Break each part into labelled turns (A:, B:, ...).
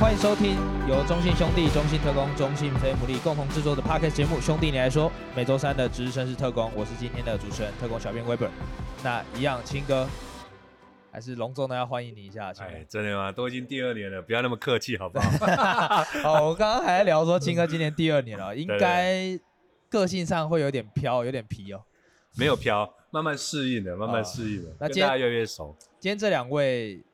A: 欢迎收听由中信兄弟、中信特工、中信飞姆利共同制作的 Podcast 节目《兄弟你来说》，每周三的值日生是特工，我是今天的主持人特工小编 Weber。那一样，青哥还是隆重的要欢迎你一下，青哥。
B: 哎，真的吗？都已经第二年了，不要那么客气，好 不好？
A: 哦，我刚刚还在聊说青哥今年第二年了，应
B: 对对
A: 该个性上会有点飘，有点皮哦。
B: 没有飘，慢慢适应的，慢慢适应的，
A: 啊那
B: 跟
A: 今天
B: 大家越来越熟。
A: 今天这两位，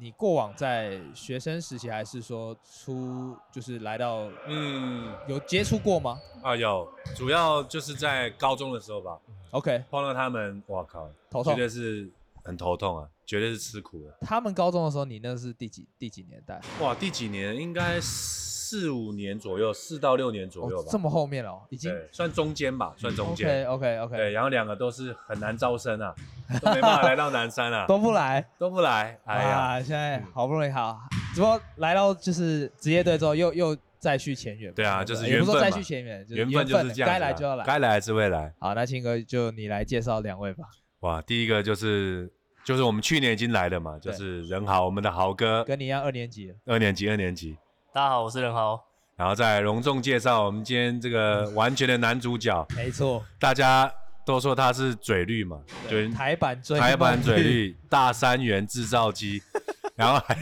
A: 你过往在学生时期还是说出就是来到
B: 嗯，
A: 有接触过吗
B: 啊有，主要就是在高中的时候吧，
A: ？OK，
B: 碰到他们，哇靠，
A: 头痛
B: 绝。对是很头痛啊，绝对是吃苦的。
A: 他们高中的时候，你那是第几第几年代？
B: 哇，第几年？应该四五年左右，四到六年左右
A: 哦
B: 吧，
A: 这。么后面了哦，已经
B: 对，算中间吧，算中间。
A: OK OK
B: 对，
A: OK，
B: 然后两个都是很难招 生啊，都没办法来到南山啊，
A: 都不来。
B: 都不来。哎呀，
A: 啊，现在好不容易好，只不过来到就是职业队之后，又又再续前缘嘛。
B: 对啊就是
A: 也不是说
B: 缘
A: 再
B: 分嘛
A: 续前缘，
B: 缘
A: 分
B: 分就是这样子啊，
A: 该来就要来。
B: 该来还是会来。
A: 好，那青哥就你来介绍两位吧，
B: 哇，第一个就是就是我们去年已经来了嘛，
A: 对
B: 就是仁豪，我们的豪哥，
A: 跟你一样二年级了，
B: 二年级，二年级。
C: 大家好，我是任豪。
B: 然后再隆重介绍我们今天这个完全的男主角，
A: 没错，
B: 大家都说他是嘴绿嘛，
A: 对
B: 对，
A: 台版追
B: 台版嘴，绿大三元制造机， 然后还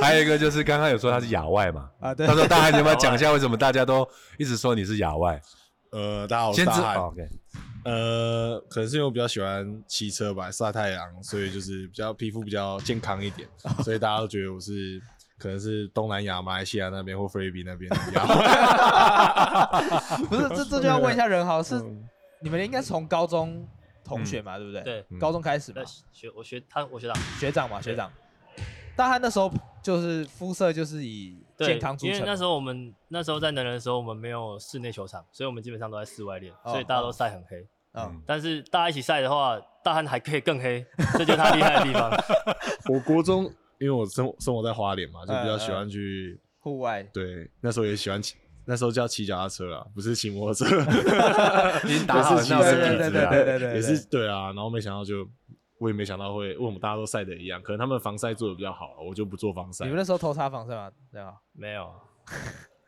B: 还有一个就是刚刚有说他是亚外嘛，
A: 啊，对
B: 他，说大汉你要不要讲一下为什么大家都一直说你是亚外？
D: 呃，大家好，我是
B: 先
D: 大
B: 知
D: 海。
B: 哦，OK，
D: 呃，可能是因为我比较喜欢骑车吧，晒太阳，所以就是比较皮肤比较健康一点，
A: 哦
D: 所以大家都觉得我是可能是东南亚、马来西亚那边或菲律宾那边的 亚裔。
A: 不是这这就要问一下任豪，是
D: 嗯
A: 你们应该从高中同学
B: 嗯
A: 嘛，对不对？，
C: 对，
A: 高中开始嘛
C: 那，学我学他我学长，
A: 学长嘛，学长。但他那时候就是肤色就是以
C: 对，
A: 健康著
C: 因为
A: 称
C: 那
A: 嘛，
C: 时候我们那时候在能人的时候，我们没有室内球场，所以我们基本上都在室外练，
A: 哦
C: 所以大家都晒很黑。
A: 嗯，
C: 但是大家一起晒的话，大汉还可以更 黑，这就是他厉害的地方。
D: 我国中， 因为我生活生活在花莲嘛，就比较喜
A: 嗯
D: 欢去，
A: 户外
D: 对，那时候也喜欢骑，那时候叫骑脚踏车啦，不是骑摩托车，
B: 已经打好了
D: 也是骑
B: 那我
D: 车
B: 是
A: 对对
B: 痞子
A: 对
B: 啊
A: 对对对，
D: 也是对啊。然后没想到就。我也没想到会为我们大家都晒得一样，可能他们防晒做的比较好，啊我就不做防晒
A: 你。们那时候头擦防晒吗？对啊，
C: 没有，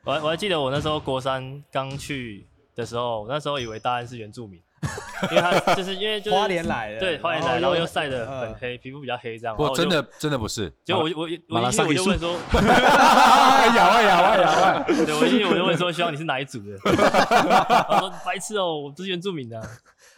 C: 我还我还记得我那时候国三刚去的时候，我那时候以为大安是原 住民，因为他就是因为就是
A: 花莲来的，
C: 对花莲来，然后又晒得
A: 嗯
C: 很黑，皮肤比较黑这样。
B: 不，
C: 然后
B: 真
C: 就
B: 的真的不是，啊
C: 就我就我
D: 马
C: 我
D: 拉
C: 一进去
D: 萨
C: 我
D: 里
C: 就
D: 树
C: 问说，
B: 亚外亚外亚外，
C: 对我一进去我就问说，希望你是哪一组的？他说白痴哦，我不是原住民的啊、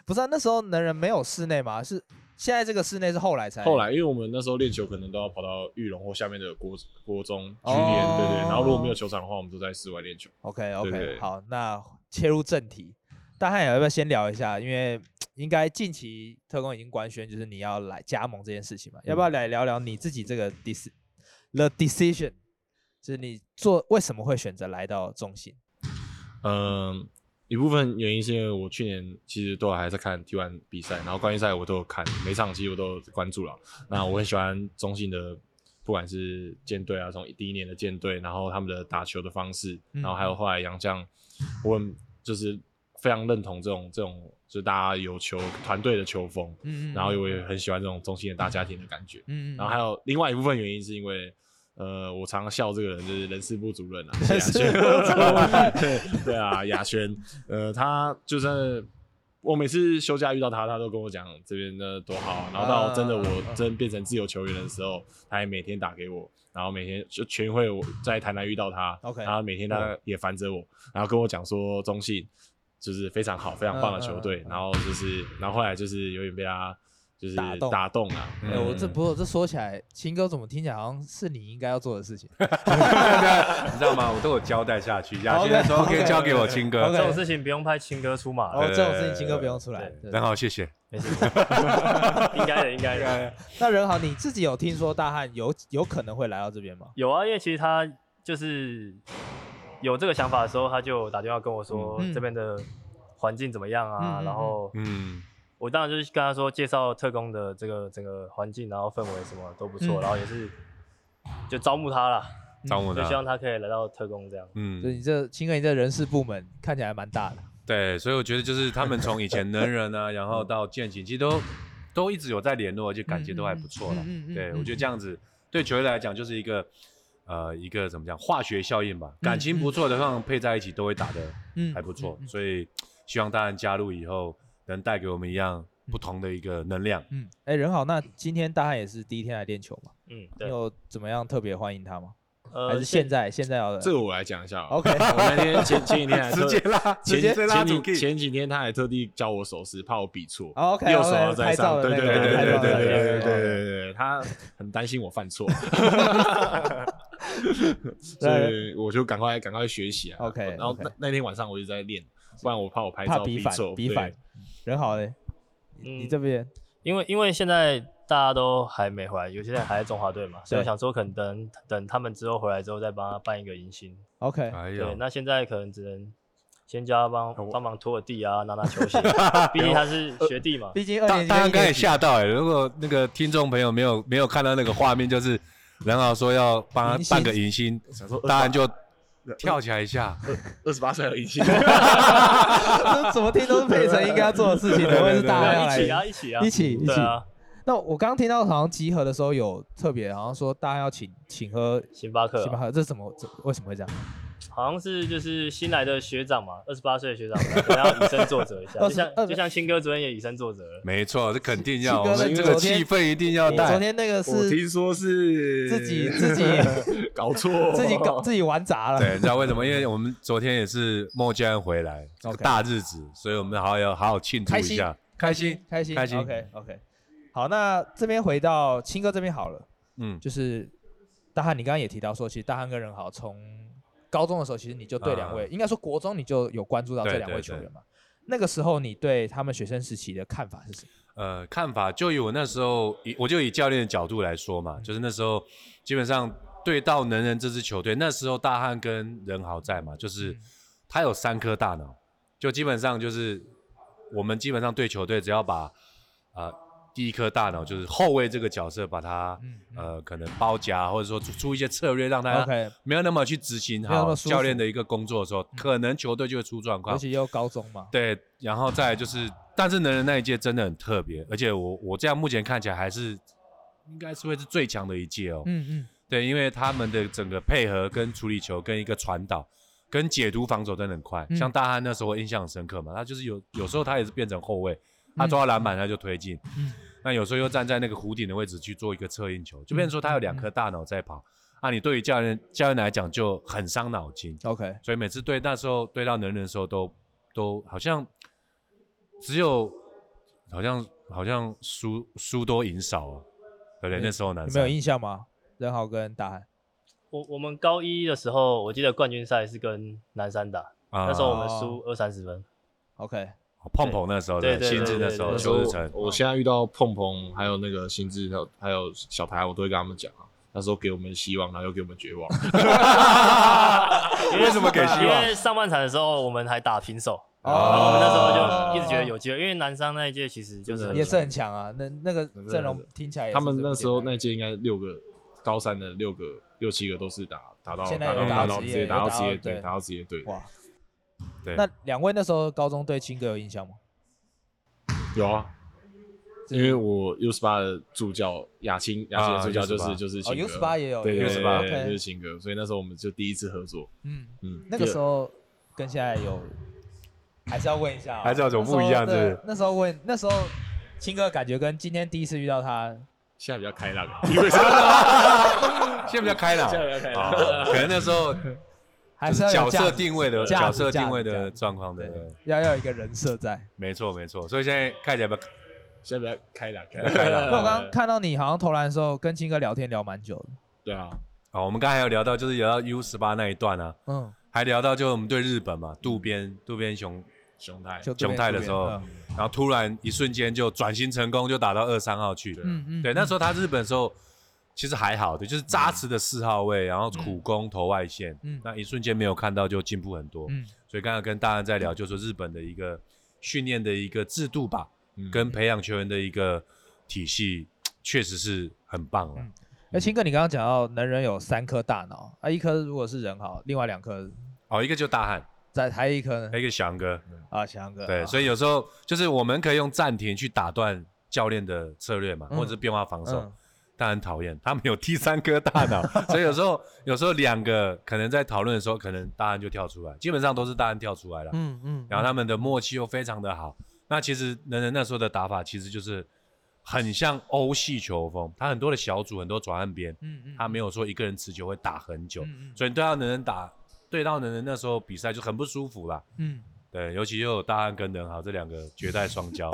A: 不是啊，那时候能人没有室内嘛，是现在这个室内是后来才
D: 后来，因为我们那时候练球，可能都要跑到玉龙或下面的国国中去练，
A: 哦
D: 对对。然后如果没有球场的话，我们都在室外练球。
A: OK OK
D: 对对
A: 好，那切入正题，大汉要不要先聊一下？因为应该近期特工已经官宣，就是你要来加盟这件事情
C: 嗯
A: 嘛，要不要来聊聊你自己这个 dec the decision，就是你做为什么会选择来到中信？
D: 嗯，一部分原因是因为我去年其实都还在看 T1 比赛，然后冠军赛我都有看，每场其实我都有关注了。那我很喜欢中信的，不管是舰队啊，从第一年的舰队，然后他们的打球的方式，
A: 嗯
D: 然后还有后来杨将，我很就是非常认同这种这种，就是大家有球团队的球风。
A: 嗯
D: 然后我也很喜欢这种中信的大家庭的感觉。
A: 嗯
D: 然后还有另外一部分原因是因为，呃，我常常笑这个人就是人事部主任啊， 谢亚轩， 对对啊，亚轩，呃，他就是我每次休假遇到他，他都跟我讲这边的多好啊，然后到真的我真变成自由球员的时候，他也每天打给我。然后每天就全运会我在台南遇到他
A: OK 嗯
D: 然后每天他也烦着我，然后跟我讲说中信就是非常好、非常棒的球队
A: 嗯嗯嗯嗯
D: 然后就是，然后后来就是有点被他就是
A: 打动
D: 打动啊，
A: 哎、我这不过这说起来，秦哥怎么听起来好像是你应该要做的事情？
B: 你知道吗？我都有交代下去，亚轩
A: OK，
B: 说
A: OK，
B: 可以交给我亲
A: OK
B: 哥，
C: 这种事情不用派亲哥出马，
A: 哦，
B: 对
A: 这种事情秦哥不用出来。对
B: 然后谢谢。
C: 没事， 应该的，应该的。
A: 那任豪，你自己有听说大汉有有可能会来到这边吗？
C: 有啊，因为其实他就是有这个想法的时候，他就打电话跟我说、
A: 嗯
C: 这边的环境怎么样啊，
A: 嗯嗯
C: 然后
B: 嗯，
C: 我当然就是跟他说介绍特工的这个整个环境，然后氛围什么都不
A: 嗯
C: 错，然后也是就招募他啦，
B: 招募
C: 就希
B: 他。
C: 望他可以来到特工这样。
A: 所以
B: 嗯，
A: 你这秦哥，你这人事部门看起来蛮大的。
B: 对，所以我觉得就是他们从以前能 人啊，然后到健行，其实都都一直有在联络，而且感情都还不错了
A: 嗯嗯嗯嗯嗯。
B: 对，我觉得这样子对球队来讲就是一个呃一个怎么讲化学效应吧，感情不错的话配在一起都会打的
A: 嗯
B: 还不错，
A: 嗯嗯
B: 所以希望大家加入以后能带给我们一样不同的一个能量。
A: 嗯，哎、人好，那今天大汉也是第一天来练球嘛？
C: 嗯，
A: 你
C: 对，
A: 有怎么样特别欢迎他吗？
C: 呃，
A: 还是现在现在要
D: 这个我来讲一下好了。
A: OK
D: 我那天前前 几天还 特
B: 直接拉，
D: 前
B: 直接拉
D: 前
B: 主
D: 几
B: key。
D: 前几天他还特地教我手势，怕我比错。
A: 哦，OK，
D: 右手
A: OK，
D: 要在
A: 拍照的
D: 上，对
A: 那
D: 对
A: 个
D: 对对对
A: 拍
D: 对
A: 照的
D: 对
A: 那个
D: 对对
A: OK，
D: 对对，他很担心我 犯错，所
A: 对
D: 以我就赶快赶快学习啊。
A: OK，
D: 然后
A: OK
D: 那那天晚上我一直在练，不然我怕我拍
A: 怕
D: 照
A: 比反
D: 错，
A: 比
D: 对
A: 反。人好嘞，你你
C: 嗯
A: 这边
C: 因为因为现在大家都还没回来，有些人还在中华队嘛，所以我想说可能等等他们之后回来之后再帮他办一个迎新。
A: OK，
B: 哎
C: 对，
B: 呀，
C: 那现在可能只能先叫他帮
D: 我
C: 帮忙拖个地啊，拿拿 球鞋，毕竟他是学弟嘛。
A: 呃毕竟二
B: 大
A: 年级
B: 大家
A: 跟一
B: 刚才
A: 年
B: 也
A: 级
B: 吓到哎、如果那个听众朋友没有没有看到那个画面，就是梁老说要
A: 迎
B: 帮他
A: 新
B: 办个迎新，
D: 想说
B: 大家就跳起来一下。
D: 二十八岁的已 经，
A: 这 怎么听都是佩晨应该要做的事 情，怎么会是大
C: 对
A: 汉要
C: 啊一起啊，
A: 来？
C: 一起啊，
A: 一起一起
C: 对啊，
A: 那我刚刚听到好像集合的时候有特别，好像说大汉要请请喝
C: 星巴克
A: 星巴
C: 啊
A: 克，这是怎么这为什么会这样？
C: 好像是就是新来的学长嘛，二十八岁的学长，可能要以身作则一下，
A: 二
C: 就
A: 十
C: 像就像青哥昨天也以身作则了。
B: 没错，这肯定
A: 七
B: 要，
A: 哥
B: 我们
A: 那
B: 这
A: 个
B: 个
A: 昨天
B: 气氛一定要
A: 我昨
B: 带。
A: 天那个
D: 我
A: 是
D: 听说是
A: 自己自己
D: 搞错，
A: 自己搞自己玩砸了，
B: 对，你知道为什么？因为我们昨天也是莫江回来，这个
A: OK
B: 大日子，所以我们好好要好好庆祝
A: 开
B: 一
A: 心
B: 下，开心。
A: 开心
B: 开心
A: OK OK，好，那这边回到青哥这边好了，
B: 嗯，
A: 就是大汉，你刚刚也提到说，其实大汉跟人豪从高中的时候，其实你就对两位，
B: 啊
A: 应该说国中你就有关注到这
B: 对
A: 两
B: 对
A: 位球
B: 对
A: 员嘛。那个时候你对他们学生时期的看法是什么？
B: 呃，看法就以我那时候，以我就以教练的角度来说
A: 嗯
B: 嘛，就是那时候基本上对到能人这支球队，那时候大汉跟任豪在嘛，就是
A: 嗯
B: 他有三颗大脑，就基本上就是我们基本上对球队只要把呃第一颗大脑就是后卫这个角色把他、
A: 嗯嗯
B: 呃可能包夹或者说出出一些策略让他
A: OK
B: 没有那么去执行
A: 没有那
B: 好
A: 么舒服嗯
B: 教练的一个工作的时候，可能球队就会出状况
A: 尤。其又高中嘛，
B: 对，然后再来就是，但是能人那一届真的很特别，而且我我这样目前看起来还是应该是会是最强的一届哦。
A: 嗯嗯，
B: 对，因为他们的整个配合跟处理球跟一个传导跟解读防守真的很快，
A: 嗯
B: 像大汉那时候我印象很深刻嘛，他就是有有时候他也是变成后卫，他抓到篮板他就推进，
A: 嗯
B: 那有时候又站在那个弧顶的位置去做一个策应球，就变
A: 嗯
B: 成说他有两颗大脑在跑。啊，你对于教练教练来讲就很伤脑筋，
A: OK，
B: 所以每次对那时候对到能人的时候都，都好像只有好像好像输输多赢少啊，对不对？
A: 对
B: 那时候难
A: 你
B: 受
A: 们有。印象吗？任豪跟大汉，
C: 我我们高一的时候，我记得冠军赛是跟南山打，
B: 啊
C: 那时候我们
A: 哦
C: 输二三十分。
A: OK，
B: 碰碰那时候
C: 对
B: 的
C: 对对
B: 心智，那时候
C: 对对对
B: 邱日成
D: 我现在遇到碰碰，还有那个心智，还有还有小台，我都会跟他们讲啊。那时候给我们希望，然后又给我们 绝 望。
C: 因为
B: 为什么给希望
C: 因为上半场的时候我们还打平手，
A: 哦
C: 然后我们那时
B: 哦
C: 候就一直觉得有机会，因为南商那一届其实就是
D: 真的
A: 也是很强啊，那那个
D: 真的
A: 阵容听起来也
D: 他
A: 哎是
D: 们
A: 不
D: 那
A: 简
D: 时候
A: 单
D: 那届应该六个高三的六个六七个都是打打到
A: 现在
D: 打
A: 有
D: 到
B: 打到
D: 打到
A: 职
D: 直
A: 业
D: 接
A: 有
D: 打到
A: 打
D: 职
A: 到
D: 业队，
A: 对
D: 打到职业队。
A: 哇，
B: 对
A: 那两位那时候高中对青哥有印象吗？
D: 有啊，因为我 U 十八的助教雅青，雅青的
B: 啊
D: 助教就是
B: 18
D: 就是
A: 哦
D: 青哥
A: ，U 十八也有，
D: 对对
B: U18
D: 对
A: ，OK
D: 对对就是青哥，所以那时候我们就第一次合作。
A: 嗯，
D: 嗯，
A: 那个时
D: 候
A: 候跟现在有还是要问一下哦、
B: 还是要有不一
A: 那时候
B: 样是不
A: 对那时候问，那时候青哥感觉跟今天第一次遇到他，
D: 现在比较开朗，因为 现
B: 现在比较开朗
D: 在，比较开
B: 啊
D: 朗。
B: 可能那时候
A: 还
B: 就是是
A: 要有
B: 角
A: 价
B: 色
A: 值
B: 定位的
A: 价值
B: 角色定位
A: 价值
B: 的
A: 价值
B: 状况的，
A: 对
B: 对
A: 要要有一个人设在。
B: 没错没错。所以现在看起来比较
D: 现在比较开朗，开
B: 开朗
A: 那我刚刚看到你好像投篮的时候跟青哥聊天聊蛮久的，
D: 对啊，
B: 啊，我们刚才有聊到就是聊到 U 十八那一段啊，
A: 嗯，
B: 还聊到就是我们对日本嘛，渡边渡边雄
D: 熊太
A: 就
B: 雄泰的时候
A: 嗯
B: 然后突然一瞬间就转型成功，就打到二三号去。
A: 嗯嗯，
B: 对，那时
A: 候
B: 候他日本的时候其实还好的，就是扎实的四号位，然后苦攻投外线，
A: 嗯
B: 那一瞬间没有看到就进步很多。
A: 嗯
B: 所以刚才跟大家在聊，就是日本的一个训练的一个制度吧，
D: 嗯
B: 跟培养球员的一个体系，确实是很棒了。
A: 嗯哎，青哥，你刚刚讲到能人有三颗大脑啊，一颗如果是人好，另外两颗
B: 哦，一个就大汉，
A: 再还有一颗呢
B: 还有一个小杨哥，
A: 啊，翔哥
B: 哎对，所
A: 以
B: 以有时候就是我们可以用暂停去打断教练的策略嘛，
A: 嗯
B: 或者是变化防守。但很讨厌，他 们有第三颗大 脑，所以有时候有时候两个可能在讨论的时候，可能大安就跳出来，基本上都是大安跳出来了。
A: 嗯嗯，
B: 然后他们的默契又非常的好。那其实人人那时候的打法其实就是很像欧系球风，他很多的小组，很多转岸边，
A: 嗯嗯，
B: 他没有说一个人持球会打很久，
A: 嗯嗯
B: 所以对到人人打，对到人人那时候比赛就很不舒服啦。
A: 嗯，
B: 对，尤其又有大汉跟人豪这两个绝代 双骄，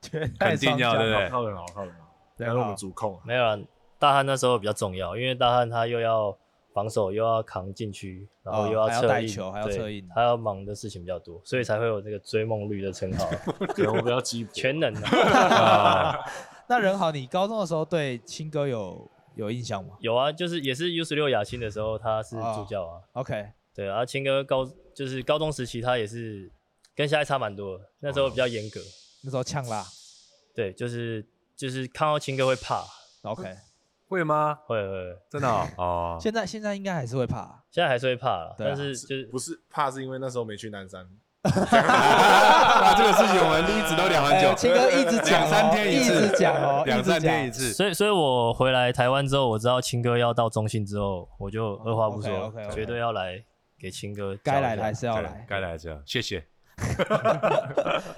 A: 绝代
B: 肯定
A: 双
B: 要对
A: 骄，
B: 不对？
D: 靠人好，靠人好，
A: 对
D: 然后我
A: 好
D: 们主控啊，
C: 没有啊，大汉那时候比较重要，因为大汉他又要防守，又要扛禁区，然后
A: 哦
C: 又要
A: 还要
C: 策
A: 带
C: 应，
A: 球还要
C: 对
A: 策应
C: 他要忙的事情比较多，所以才会有这个追梦绿的称 号，
D: 对，我们要鸡婆，
C: 全能啊！
B: 啊
A: 那人好，你高中的时候对青哥有有印象吗
C: 有啊，就是也是 U 十六亚青的时候，他是助教啊，
A: ？OK，
C: 对啊，青哥高就是高中时期他也是跟现在差蛮多的，那时候比较严格，
A: 那时候呛辣
C: 对，就是就是看到青哥会怕，
A: ，OK，
B: 会吗？
C: 会会会，
B: 真的哦哦，
A: 现在现在应该还是会怕，
C: 现在还是会怕了，
A: 对啊
C: 但是就是
D: 不是怕是因为那时候没去南山，
B: 那这个事情我们一直都聊很
A: 哎
B: 久，
A: 青哥一直讲哦
B: 两三天一次，
A: 一直讲哦
B: 两三天
A: 一
B: 一次。
C: 所以，所以我回来台湾之后，我知道青哥要到中信之后，我就二话不说，
A: OK，OK，OK
C: 绝对要来给青哥
A: 哦该
C: 教一
A: 来
C: 下
A: 的还是要
B: 对
A: 来。
B: 该来这样，谢谢。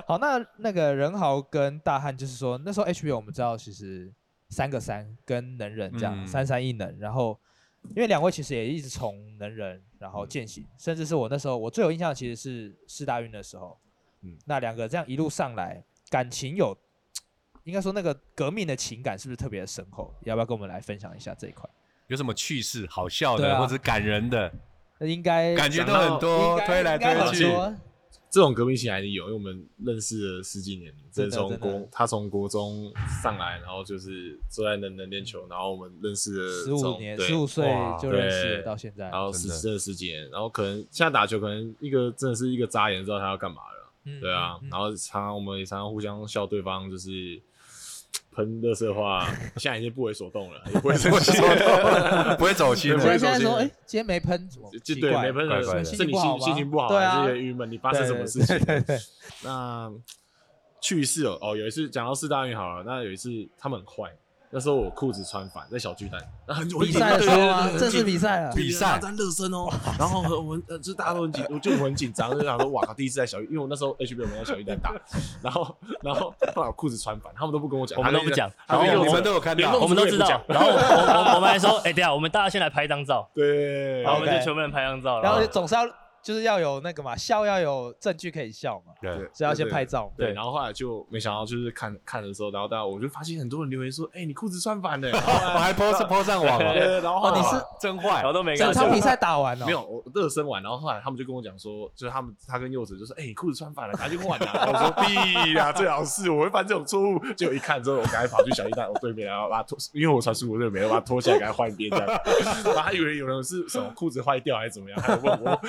A: 好，那那个任豪跟大汉，就是说那时候 HBO 我们知道其实三个三跟能人这样
B: 嗯
A: 三三一能，然后因为两位其实也一直从能人然后践行，甚至是我那时候我最有印象的其实是四大运的时候，
D: 嗯
A: 那两个这样一路上来，感情有应该说那个革命的情感是不是特别的深厚？要不要跟我们来分享一下这一块？
B: 有什么趣事、好笑
A: 对
B: 的、
A: 啊
B: 或者是感人的，
A: 那应该
B: 感觉都很多
A: 应，该
B: 推来
A: 应该
B: 推
A: 很
B: 去。呃
A: 多
D: 这种革命情还是有，因为我们认识了十几年，
A: 真的
D: 这从
A: 真
D: 国
A: 的
D: 他从国中上来，然后就是坐在能能练球，然后我们认识了
A: 十五年，
D: 对
A: 十五岁
B: 哇
A: 就认识了
D: 对
A: 到现在
D: 然，后
B: 真
D: 十
B: 的
D: 真的十几年，然后可能现在打球，可能一个真的是一个眨眼知道他要干嘛了，
A: 嗯
D: 对啊，
A: 嗯嗯
D: 然后常常我们也常常互相笑对方就是。喷热色话，啊 现在已经不为所动了，也不会生气
B: 不会走心
D: 对
A: 所以
D: 不会
B: 的。
A: 现在说，
D: 走
A: 哎、
D: 心
A: 今天没喷，怎么
D: 就
A: 奇
D: 对
A: 怪
D: 没喷
B: 怪怪的
D: 人，是
A: 心情
D: 你
A: 不好
D: 心
A: 吗
D: 心情不好，
A: 对啊
D: 还是郁闷？你发生什么事情？ 那趣事哦，哦，有一次讲到四大运好了，那有一次他们很坏，那时候我裤子穿反，在小巨蛋， 那很
A: 啊比赛的时候吗？正
D: 这
A: 式
D: 是
A: 比赛啊了，
B: 比赛
D: 在热身哦，然后很我们呃，就是大家都很紧，我就很紧张，就想说哇，第一次在小巨，因为我那时候 HB 我们在小巨蛋 打，然后然后后来我裤子穿反，他们都不跟我讲，
C: 我们
D: 他
C: 都不讲
D: 他们
B: 然后
D: 就
B: 我们都有看到
D: 连弄
C: 我们都知
D: 出
C: 道
D: 来。也不讲
C: 然后我我我我们还说，哎、等一下我们大家先来拍一张照，
D: 对，
C: 然后我
A: OK
C: 们就全部人拍张照，
A: 然
C: 然
A: 后
C: 后
A: 就总是要就是要有那个嘛，笑要有证据可以笑嘛，
B: 对，
A: 所以要先拍照。
D: 对，
C: 对
D: 然后后来就没想到，就是看看的时候，然后大家我就发现很多人留言说：“哎、你裤子穿反了。然后 后
B: 我还
D: 来
B: po 上 po 上网了，
D: 对，然后后
A: 哦，
D: 来
A: 你是
B: 真坏
C: 然后。都没
A: 整
C: 看
A: 场比赛打完哦？
D: 没有，我热身完，然后后来他们就跟我讲说，就是他们他跟柚子就说：“哎、你裤子穿反了，赶紧换啊！”我说：“屁啦，最好是我会犯这种错误。”结果一看之后，我赶快跑去小鸡蛋我对面，然后把它脱，因为我穿舒服对面，我把它脱下来，赶快换一边这样。然后还以为有人是什么裤子坏掉还是怎么样，还有问我，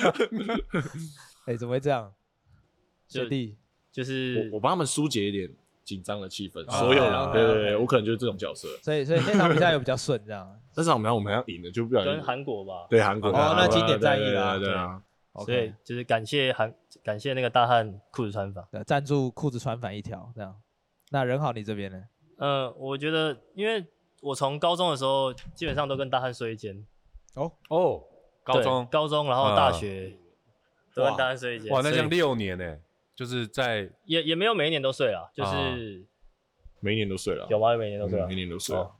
A: 哎、怎么会这样？
C: 就
A: 学弟，
C: 就是
D: 我我帮他们疏解一点紧张的气氛，
A: 哦
D: 所有人，
A: OK，OK，OK
D: 对对对，我可能就是这种角色。
A: 所以所以那场比赛又比较顺，这 样。
D: 但是我们我们要赢了，就不小心
C: 跟韩国吧，
D: 对韩国
B: 哦
D: 的
B: 那
A: 经典战役啦
D: 对对对对啊，
C: 所以
A: OK，
C: 就是感谢韩，感谢那个大汉裤子穿法。
A: 对赞助裤子穿反一条这样。那人好，你这边呢？
C: 嗯，我觉得因为我从高中的时候基本上都跟大汉睡一间，
B: 哦，高
C: 对
B: 中嗯
C: 高中，然后大学、都跟大汉睡一间，
B: 哇，那
C: 所以
B: 像六年呢，就是在
C: 也也没有每一年都睡啦，就是、
D: 每一年都睡了，
C: 有吗？每一年都睡
D: 嗯
C: 啊
D: 每一，年都睡了
C: 哦，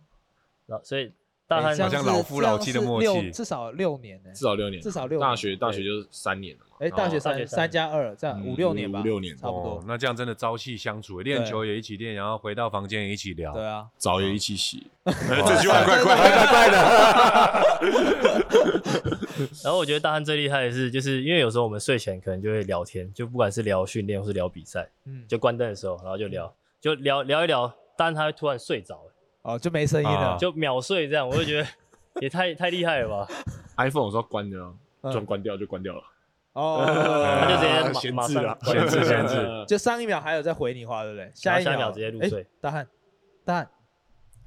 C: 然后所以大
A: 哎
C: 汉
A: 这样
B: 好像
A: 是
B: 老夫
A: 这样
B: 老妻的
A: 是
B: 默
A: 六
B: 契
A: 至少六年呢、
D: 至少六年，
A: 至少六年
D: 大学大学就是三年了嘛，
A: 哎、
D: 然后
A: 大学
C: 大
A: 三
C: 学三
A: 三加二，这样
D: 嗯
A: 五六年吧，
D: 五六年
A: 差不多。
B: 哦那这样真的朝夕相处，练球也一起练，然后回到房间也一起聊。
A: 对啊，
D: 澡也一起洗，
B: 这句话
A: 怪怪
B: 怪怪的。
C: 然后我觉得大汉最厉害的是，就是因为有时候我们睡前可能就会聊天，就不管是聊训练或是聊比赛，
A: 嗯，
C: 就关灯的时候，然后就
B: 嗯
C: 聊，就聊聊一聊，但他会突然睡着，
A: 哦就没声音了
B: 啊，
C: 就秒睡这样，我就觉得也太太厉害 了吧，
D: iPhone 有时候关的哦，
A: 嗯
D: 突然关掉就关掉了，
A: 哦
C: 他就直接马马
D: 闲 置
C: 上
D: 了，
C: 关
B: 闲置闲置
D: 呃
A: 就上一秒还有在回你话，对不对？
C: 然后
A: 一
C: 下
A: 秒
C: 一秒直接入
A: 哎
C: 睡
A: 大汉，大汉，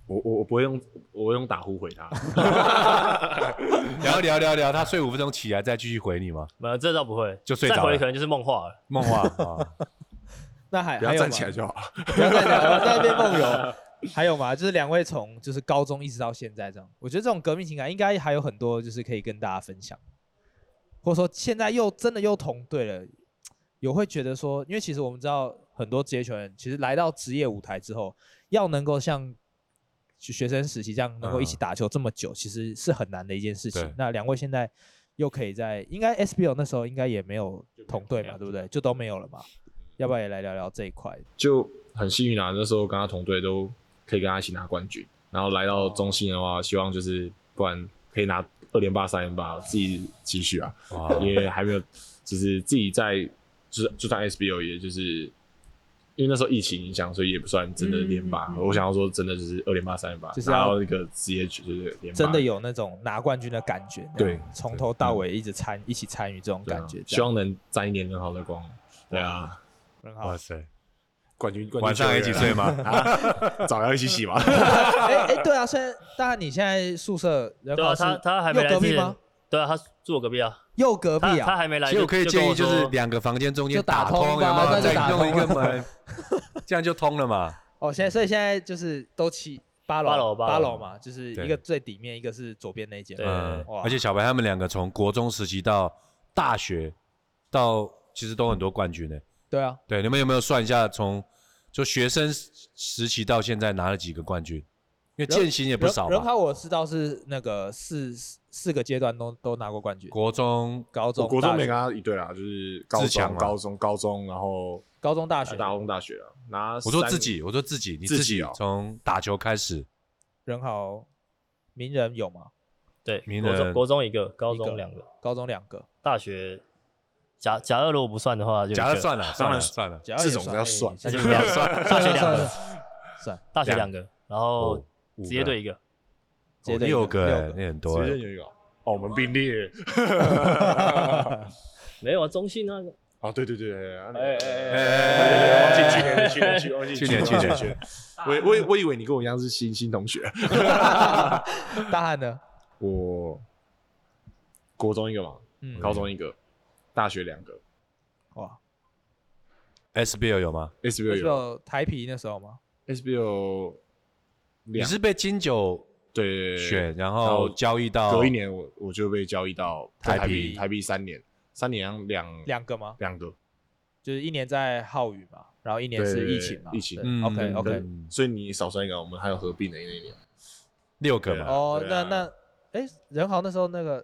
D: 我我我不会用，我会用打呼回他，
B: 然后聊聊聊，他睡五分钟起来再继续回你吗？
C: 没有，这倒不会，
B: 就睡
C: 再
B: 着
C: 回
B: 了
C: 可能就是梦话了。
B: 梦话啊，
A: 那还
D: 不要站起来，就好了。
A: 还有吗不要站起来，我在那边梦游。 还有吗？就是两位从就是高中一直到现在这样，我觉得这种革命情感应该还有很多，就是可以跟大家分享，或者说现在又真的又同队了，有会觉得说，因为其实我们知道很多职业球员，其实来到职业舞台之后，要能够像学学生时期这样能够一起
B: 嗯
A: 打球这么久，其实是很难的一件事情
B: 对。
A: 那两位现在又可以在应该 SBL 那时候应该也没有同队嗯
D: 没
A: 嘛，
D: 有
A: 对不对？就都没有了嘛。要不要也来聊聊这一块？
D: 就很幸运啊，那时候跟他同队都可以跟他一起拿冠军。然后来到中信的话，希望就是不然可以拿二连霸、三连霸，自己继续啊，
B: 哇
D: 因为还没有，就是自己在就是就算 SBL，也就是因为那时候疫情影响，所以也不算真的连霸。
C: 嗯嗯嗯
D: 我想要说，真的就是二连霸、三连霸，
A: 就是
D: 拿
A: 要
D: 到那个职业就是连霸，
A: 真的有那种拿冠军的感觉，那
D: 对
A: 种从头到
C: 嗯
A: 尾一直参一起参与这种
D: 对啊
A: 感觉，这
D: 希
A: 样
D: 望能沾一点很好的光。对啊，
A: 很好
B: 哇。塞，
D: 冠军冠军啊
B: 晚上一起睡吗？
D: 早要一起洗吧。
A: 哎哎，对啊，现在当然你现在宿舍人
C: 对
A: 口
C: 啊，
A: 是
C: 他他还没
A: 右
C: 来
A: 隔
C: 之
A: 壁
C: 前
A: 吗？，
C: 对啊，他住我隔壁啊，
A: 右隔
C: 他
A: 壁
C: 他
A: 啊，
C: 还没 来
B: 其
C: 就，
B: 实我可以
C: 就跟
B: 建议，
C: 我
B: 就
C: 说
B: 是两个房间中间
A: 就打
B: 通，
A: 通吧
B: 然后
A: 那就
B: 再
A: 打
B: 弄一
A: 通
B: 个
A: 了
B: 门，这样就通了嘛。
A: 哦，现在所以现在就是都七八楼
C: 八楼八楼
A: 八楼嘛，就是
B: 对
A: 一个最底面，一个是左边那一间
C: 对
A: 嘛，
B: 嗯
A: 哇，
B: 而且小白他们两个从国中时期到大学，到其实都很多冠军呢。
A: 对啊，
B: 对，你们有没有算一下从就学生时时期到现在拿了几个冠军？因为
A: 人
B: 践行也不
A: 人
B: 少
A: 人
B: 吧，
A: 好我知道是那个四四个阶段都都拿过冠军，
B: 国中
A: 高中
D: 我国中
A: 大
D: 没
A: 学
D: 跟他一队啦，就是高
B: 自强
D: 中、
B: 嘛
D: 高中、高中，然后
A: 高中大
D: 呃
A: 学
D: 大中大学了。拿
B: 我说
D: 三
B: 自己，我说自己，你
D: 自
B: 自
D: 己
B: 己
D: 哦
B: 从打球开始，
A: 人好名人有吗？
C: 对，
B: 名
C: 国
B: 人
C: 中国中一个，高
A: 一个
C: 中两个，
A: 高中两个，
C: 大学假假二如果不算的话，就一
B: 假设
C: 个
B: 算了，算了，算了，
A: 只要也
D: 这种
A: 算
D: 要
A: 哎
D: 算
A: 这
C: 那就
A: 种
C: 不要算，大学 两
A: 算
C: 个，
A: 了算
C: 大学两个，然后
B: 哦五
C: 职业
B: 个
C: 队一个，
A: 接
B: 哦
A: 着一个
B: 六个
A: 六
B: 欸，
A: 个
B: 那很多
D: 直
B: 欸
D: 接。有一个哦，哦我们并列。
C: 没有啊，中信那个，
D: 哦，对对对，对
C: 哎
D: 哎
C: 哎哎，
B: 哎
D: 忘记去年的去年去忘记
B: 去年去年
D: 去年，我我以我以为你跟我一样是新新同学。
A: 大汉呢？
D: 我国中一个嘛，
A: 嗯，
D: 高中一个，大学两个
A: 哇，
B: SBL 有吗？
A: 就
D: ，SBL
A: 是
D: 有
A: 有台皮那时候吗？
D: SBL
B: 你
D: 两
B: 是被金九
D: 对对对对
B: 选，然
D: 然后
B: 后交易到
D: 隔一年我我就被交易到
A: 台
D: 台
A: 啤
D: 币台币三年，三年两
A: 两个吗？
D: 两个，
A: 就是一年在浩宇嘛，然后一年
D: 对
A: 是
D: 对
A: 疫情嘛，
D: 疫情
A: 对
B: 嗯
A: OK
D: 对
A: OK，
B: 嗯
D: 所以你少算一个，我们还有合并的那一年，
B: 六个
D: 对
B: 嘛
D: 啊，
A: 哦，那
D: 对啊
A: 那哎，任豪那时候那个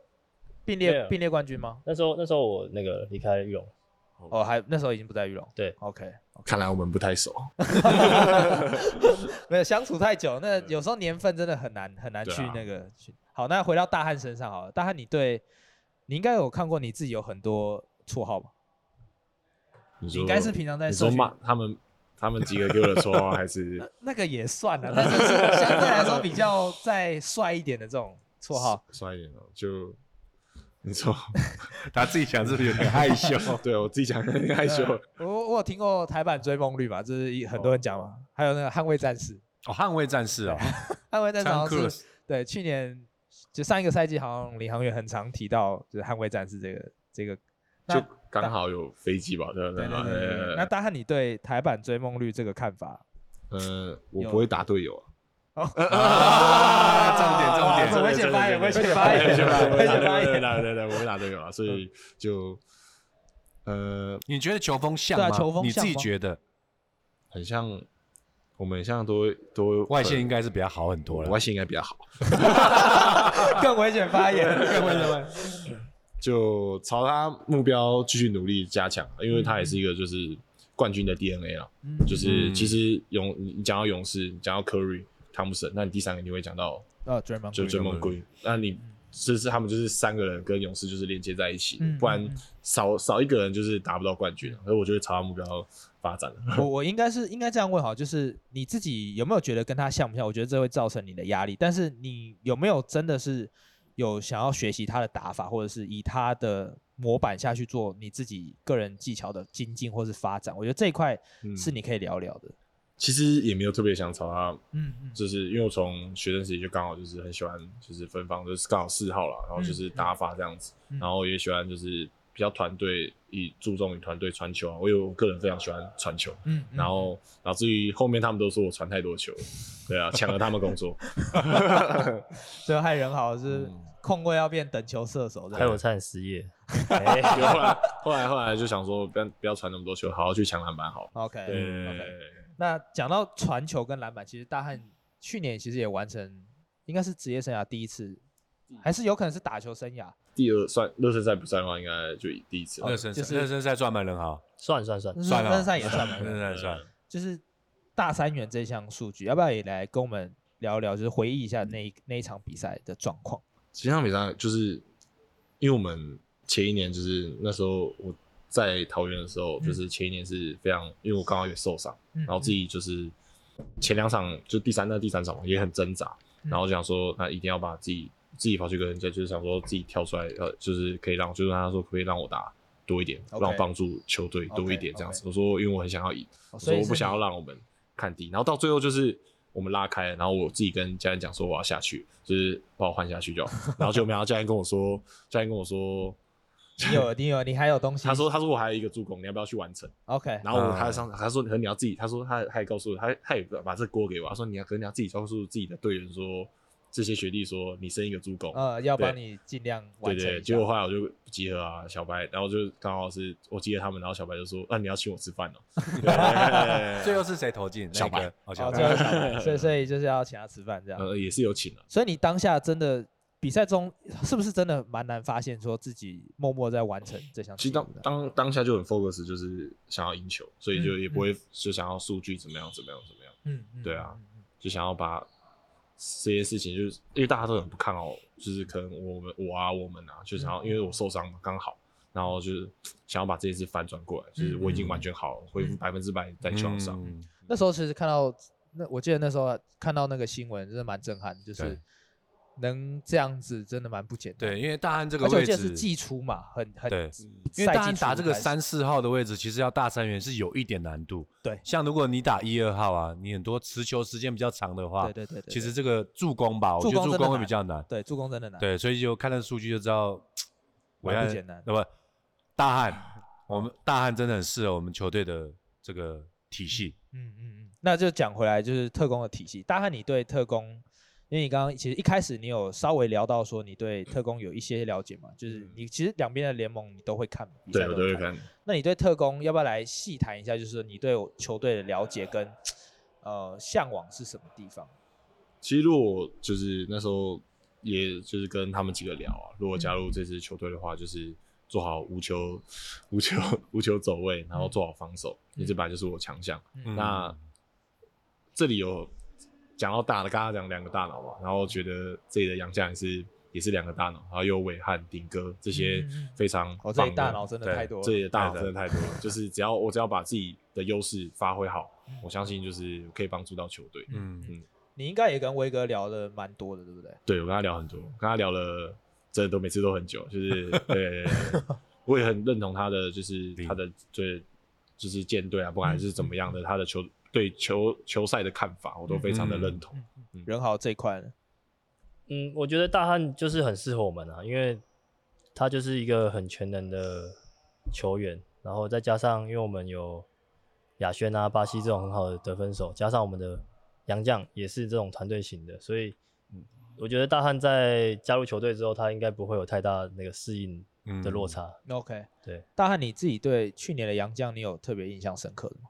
A: 并列
D: 啊
C: Yeah
A: 并列冠军吗？
C: 那时候那时候我那个离开玉龙，
A: 哦，还那时候已经不在玉龙，
C: 对
A: ，OK，
D: 看来我们不太熟。
A: 没有相处太久，那有时候年份真的很难很难
D: 对啊
A: 去那个去。好，那回到大汉身上好了，大汉你对你应该有看过你自己有很多绰号吧？
D: 你
A: 你
D: 说
A: 应该是平常在
D: 你说
A: 社群
D: 骂他们他们几个给我的绰号还是
A: 那个也算了，但是是相对来说比较再帅一点的这种绰号。
D: 算一点哦，就你说
B: 他自己想是不是有点害羞？
D: 对我自己讲有
A: 呃
D: 点害羞，
A: 我我有听过台版追梦绿嘛，这是一很多人讲嘛，还有那个捍卫战士，
B: 哦，捍卫战士啊
A: 捍卫战士好
B: ，Tom
A: 像
B: Cruise
A: 是对去年就上一个赛季，好像领航员很常提到就是捍卫战士这个这个。那
D: 就刚好有飞机吧，对
A: 对
D: 吧
A: 对对对对，那大汉你对台版追梦绿这个看 法？
D: 嗯，我不会打队友啊。
B: 啊，重
A: 啊
B: 点
A: 这
B: 重
A: 危
B: 点，
A: 险发言危险发言
D: 危险发言，
A: 危险发言嗯
D: 对对对对对，我们打队友啊，所以就呃，
B: 你觉得球风像
A: 对
B: 吗？
A: 啊球风
B: 你自己
A: 像吗
B: 觉得
D: 很像我们很像都都
B: 外线应该是比较好很多了
D: 外。线应该比较好，
A: 更危险发言，更危险发言。
D: 就朝他目标继续努力加强，因为他也是一个就是冠军的 DNA 啊，
A: 嗯
D: 就是
B: 嗯
D: 其实勇你讲到勇士，你讲到 Curry、汤姆森，那你第三个你会讲到
A: 呃，追梦
D: 就追梦
B: Green
D: Green，那你。这是他们就是三个人跟勇士就是连接在一起，
A: 嗯
D: 不然
A: 嗯嗯
D: 少少一个人就是达不到冠军啊。所以我就会朝他目标发展了。
A: 我我应该是应该这样问好，就是你自己有没有觉得跟他像不像？我觉得这会造成你的压力，但是你有没有真的是有想要学习他的打法，或者是以他的模板下去做你自己个人技巧的精进或是发展？我觉得这一块
D: 嗯
A: 是你可以聊聊的。
D: 其实也没有特别想朝他，
A: 嗯嗯
D: 就是因为我从学生时期就刚好就是很喜欢就是分方，就是刚好四号啦，然后就是打法这样子，
A: 嗯
D: 然后也喜欢就是比较团队，以注重于团队传球啊。我有我个人非常喜欢传球，
A: 嗯，嗯
D: 然后导致于后面他们都说我传太多球了，对啊，抢了他们工作。
A: 最后害人好是
D: 嗯
A: 控卫要变等球射手这
C: 害
A: 样，
C: 我差点失 业。哎
D: 就后来后来后来就想说，不要不要传那么多球，好好去抢篮板好了。
A: OK，
D: 对
A: 哎 OK 那讲到传球跟篮板，其实大汉去年其实也完成，应该是职业生涯第一次，还是有可能是打球生涯。
D: 第二算热身赛不算的话，应该就第一次吧。
B: 热身
A: 就
B: 赛
A: 是
B: 热身赛赚满人好，
C: 算算算，
A: 算
B: 算了
A: 热身赛也算
B: 热身
A: 吧，
B: 赛算。
A: 就是大三元这项数据，要不要也来跟我们聊聊，就是回忆一下那一那一场比赛的状况？
D: 其实那场比赛就是因为我们前一年就是那时候我在桃园的时候，
A: 嗯
D: 就是前一年是非常，因为我刚好也受伤，
A: 嗯
D: 然后自己就是前两场就第三那第三场嘛也很挣扎，
A: 嗯
D: 然后想说那一定要把自己自己跑去跟人家，就是想说自己跳出来，呃，就是可以让就是让他说可不可以让我打多一点，
A: OK
D: 让我帮助球队多一
A: OK，OK
D: 点这样子。我说因为我很想要赢，
A: 哦
D: 我
A: 所
D: 说
A: 以
D: 我不
A: 是
D: 想
A: 你
D: 要让我们看低，然后到最后就是我们拉开了，然后我自己跟教练讲说我要下去，就是把我换下去就好，然后就没想到教练跟我说，教练跟我说，
A: 你有你有你还有东西？
D: 他说他说我还有一个助攻，你要不要去完成？
A: OK，
D: 然后我他
B: 啊
D: 上他说可能你要自己，他说他他也告诉我他他也把这锅给我，他说你要可能你要自己告诉自己的队员说这些学弟说你生一个助攻，
A: 呃，要帮
D: 对
A: 你尽量
D: 对
A: 完成一下。
D: 对，结果后来我就集合啊，小白，然后就刚好是我集合他们，然后小白就说那、你要请我吃 饭哦，对
B: 最后是谁投进？
D: 小白
B: 那个，哦，小
A: 哦，最后
B: 白，
A: 小白所以所以就是要请他吃饭这样。
D: 呃也是有请了、
A: 所以你当下真的比赛中是不是真的蛮难发现说自己默默在完成这项
D: 其
A: 技
D: 实当
A: 能的？
D: 当当下就很 focus，就是想要赢球，所以就
A: 嗯
D: 也不会就想要数据怎么样怎么样怎么样，
A: 嗯，嗯
D: 对啊，
A: 嗯嗯嗯
D: 就想要把这些事情，就是因为大家都很不看好，就是可能我们我啊我们啊，就想要因为我受伤嘛刚好，然后就是想要把这件事反转过来，就是我已经完全好了，恢复百分之百在球上。
B: 嗯
A: 那时候其实看到那，我记得那时候啊看到那个新闻，真的蛮震撼，就是
B: 对
A: 能这样子真的蛮不简单。
B: 对，因为大汉这个
A: 而且我
B: 位
A: 记得是
B: 置，
A: 季初嘛，很很嗯
B: 对因为
A: 赛
B: 大
A: 季
B: 汉
A: 初
B: 打这个
A: 开始
B: 三四号的位置，其实要大三元是有一点难度。
A: 对
B: 像如果你打一二号啊，你很多持球时间比较长的话，
A: 对对对对，
B: 啊其实
A: 对
B: 这个助攻吧，我
A: 助
B: 觉得
A: 攻
B: 助
A: 真的
B: 攻会
A: 难
B: 比较难。
A: 对助攻真的难。
B: 对，所以就看那数据就知道，我
A: 蛮不
B: 要
A: 简单
B: 那不，大汉，我们大汉真的很适合我们球队的这个体系。
A: 嗯嗯嗯，那就讲回来，就是特工的体系。大汉，你对特工，因为你刚刚其实一开始你有稍微聊到说你对特工有一些了解嘛，
B: 嗯
A: 就是你其实两边的联盟你都会看，比
D: 对
A: 赛，
D: 我
A: 都
D: 都
A: 会
D: 会
A: 看。
D: 看。
A: 那你对特工要不要来细谈一下？就是你对我球队的了解跟呃向往是什么地方？
D: 其实如果就是那时候，也就是跟他们几个聊啊，如果加入这支球队的话，就是做好无球、无球、无球走位，然后做好防守，
A: 嗯
D: 你这本来就是我强项。
A: 嗯
D: 那这里有讲到大的，刚刚讲两个大脑嘛，然后觉得这里的杨将也是也是两个大脑，然后又有伟汉、顶哥这些
A: 嗯嗯嗯
D: 非常
A: 我、哦、这
D: 棒
A: 里
D: 的
A: 大脑真的
B: 对
A: 太多了，
D: 这也大脑
B: 对
D: 真
B: 的
D: 的太多了，就 是只要我只要把自己的优势发挥好
A: 嗯，
D: 我相信就是可以帮助到球队。
B: 嗯，
A: 你应该也跟威哥聊的蛮多的，对不对？
D: 对我跟他聊很多，跟他聊了真的都每次都很久，就是 对，我也很认同他的，就是
B: 理
D: 他的对，就是舰队啊，不
A: 嗯
D: 管是怎么样的，他的球对球球赛的看法，我都非常的认同。嗯
A: 人豪这一块呢，
C: 嗯，我觉得大汉就是很适合我们啊，因为他就是一个很全能的球员，然后再加上因为我们有亚轩啊、巴西这种很好的得分手，加上我们的杨将也是这种团队型的，所以我觉得大汉在加入球队之后，他应该不会有太大那个适应
A: 嗯
B: 嗯
C: 的落差。
A: OK，
C: 对，
A: 大汉你自己对去年的杨将你有特别印象深刻的吗？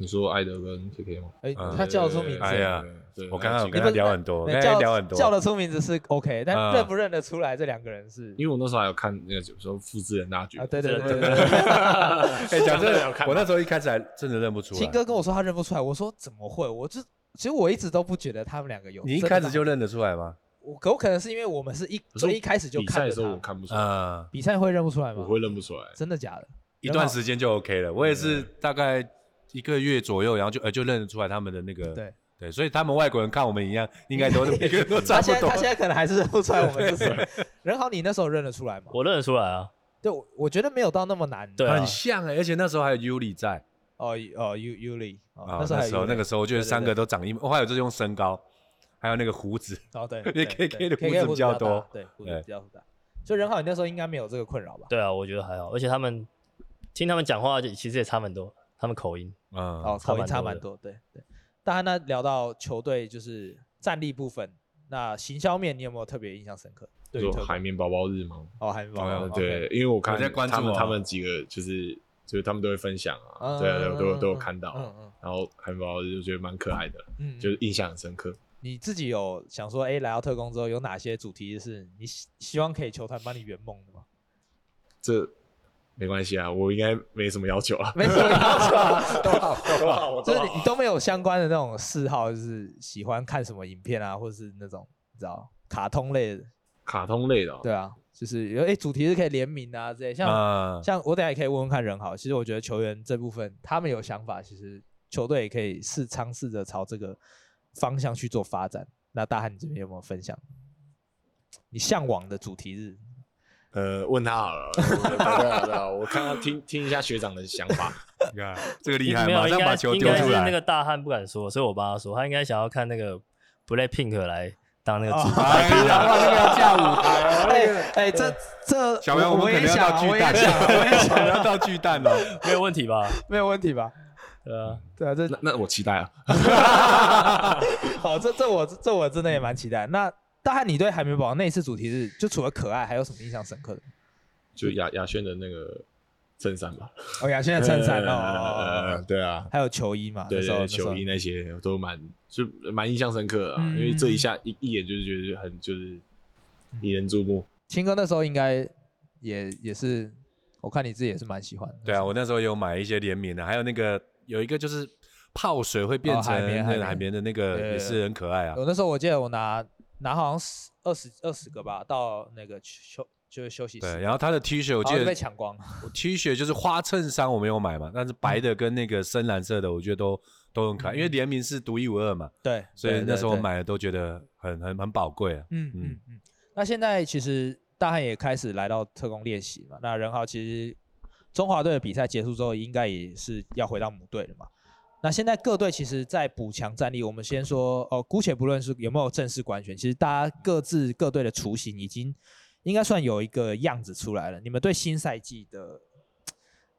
D: 你说艾德跟 KK 吗？
A: 哎、
B: 呃
A: 他叫得出名字，
B: 哎呀
D: 对，对
B: 我刚刚有
D: 对
B: 跟
A: 你
B: 他
A: 不
B: 聊很多，
A: 对
B: 跟
A: 叫
B: 他聊很多，
A: 叫得出名字是 OK，但
B: 嗯
A: 认不认得出来这两个人是？
D: 因为我那时候还有看那个，有时候复制人大局
A: 啊，，对对对对
C: 对
A: 对，
B: 哎，讲 真
D: 真的有
B: 的
D: 看，
B: 我
D: 吗
B: 那时候一开始还真的认不出来。
A: 秦哥跟我说他认不出来，我说怎么会？我就其实我一直都不觉得他们两个有。
B: 你一
A: 真的
B: 开始
A: 吗
B: 就认得出来吗？
A: 我可我可能是因为我们是一
D: 可是
A: 最
D: 我
A: 一开始就
D: 比赛
A: 看
D: 的
A: 着
D: 时候我
A: 他，
D: 看不出来，
B: 嗯，
A: 比赛会认不出来吗？
D: 我会认不出来。
A: 真的假的？
B: 一段时间就 OK 了。我也是大概一个月左右，然后就呃就认得出来他们的那个
A: 对
B: 对，所以他们外国人看我们一样，应该 都是每个人都
A: 他
B: 差不
A: 现在
B: 多
A: 他。现在可能还是认不出来我们是谁。 任豪，你那时候认得出来吗？
C: 我认得出来啊，
A: 对，我我觉得没有到那么难。
C: 对啊
B: 很像哎、而且那时候还有 Yuli 在
A: 哦哦，U U 里
B: 啊、
A: 那时候
B: 那
A: 还
B: 时候
A: 有
B: 那
A: Yuli
B: 个时候就
A: 对
B: 是
A: 对
B: 三
A: 对
B: 个都长一，哦还有就是用身高，还有那个胡子，
A: 哦，对，
B: 因为
A: 对
B: KK
A: 对
B: 的胡子比较
A: 大
B: 多
A: 对，胡子
B: 对
A: 比较大。所以任浩，你那时候应该没有这个困扰吧？
C: 对啊，我觉得还好，而且他们听他们讲话就其实也差蛮多，他们口音。
B: 嗯，
A: 哦，口音差
C: 差
A: 蛮
C: 蛮
A: 多，对对。大家呢聊到球队就是战力部分，那行销面你有没有特别印象深刻？对于
D: 就
A: 特工，
D: 海绵宝宝日吗？
A: 哦，海绵宝
B: 哦
A: 宝
D: 嗯，，
A: OK，
D: 对，因为我看
B: 我在关注
D: 他们
B: 哦
D: 他们几个就是就是他们都会分享啊，
A: 嗯
D: 对啊，对啊，我都有
A: 嗯
D: 都有
A: 嗯
D: 看到啊。
A: 嗯嗯
D: 然后海绵宝宝日就觉得蛮可爱的，
A: 嗯，就
D: 就
A: 是
D: 印象很深刻。
A: 你自己有想说，哎，来到特工之后有哪些主题是你希希望可以球团帮你圆梦的吗？
D: 这没关系啊，我应该没什么要求啊。
A: 没什么要求 啊，都好，
D: 都好我
A: 就
D: 都
A: 是
D: 好
A: 你都没有相关的那种嗜好，就是喜欢看什么影片啊，或者是那种你知道卡通类的，
D: 卡通类的哦，
A: 对啊，就是有哎主题是可以联名啊之类，像
B: 嗯
A: 像我等下也可以问问看人好，其实我觉得球员这部分他们有想法，其实球队也可以试尝试着朝这个方向去做发展。那大汉你这边有没有分享你向往的主题日？
D: 呃，问他好了，对啊对啊，我看看听听一下学长的想法。
B: 你看这个厉害，
C: 没有，
B: 马
C: 应
B: 上
C: 该
B: 把球
C: 应
B: 丢
C: 该
B: 出
C: 是那
B: 来。
C: 个大汉不敢说，所以我帮他说，他应该想要看那个 Blackpink 来当那个 主
B: 哎呀，哇，那个要架舞台哦。
A: 哎哎，这这
B: 小杨，
A: 我
B: 我们可
A: 也
B: 能要
A: 想
B: 到
A: 啊，我
B: 巨
A: 也
B: 蛋
A: 想啊，我也想
B: 我
A: 啊，
B: 们 要到巨蛋哦。
C: 没有问题吧？
A: 没有问题吧？
C: 对啊，
A: 对 啊，这
D: 那那我期待啊，
A: 好，这这我这我真的也蛮期待。那大汉，你对海绵宝宝那一次主题日，就除了可爱，还有什么印象深刻的？
D: 就雅雅轩的那个衬衫吧，
A: 哦呀，现在衬衫哦
D: 呃
A: 哦，哦哦
D: 对啊，
A: 还有球衣嘛？
D: 对
A: 那时候
D: 对，球衣，那些都蛮就蛮印象深刻的啊，
A: 嗯
D: 因为这一下一一眼就是觉得很就是引人注目。
A: 青哥那时候应该也也是，我看你自己也是蛮喜欢的。
B: 对啊，我那时候有买一些联名的，还有那个有一个就是泡水会变
A: 哦
B: 成
A: 海绵
B: 那个
A: 海
B: 海绵的那个，
A: 对对
B: 也是很可爱啊。
A: 我那时候我记得我拿拿好像十二十二十个吧，到那个休就是休息室，
B: 对，然后他的 T 恤我
A: 然
B: 记
A: 后就
B: 得
A: 被抢光 了。
B: T 恤就是花衬衫我没有买嘛，但是白的跟那个深蓝色的，我觉得都都很
A: 嗯
B: 可爱，因为联名是独一无二嘛，
A: 对，
B: 所以
A: 对
B: 那时候我。
A: 对对
B: 买的都觉得很很很宝贵啊。
A: 嗯
B: 嗯
A: 嗯嗯。那现在其实大汉也开始来到特工练习嘛。那任浩其实中华队的比赛结束之后，应该也是要回到母队了嘛。那现在各队其实，在补强战力。我们先说哦，姑且不论是有没有正式官宣，其实大家各自各队的雏形已经应该算有一个样子出来了。你们对新赛季的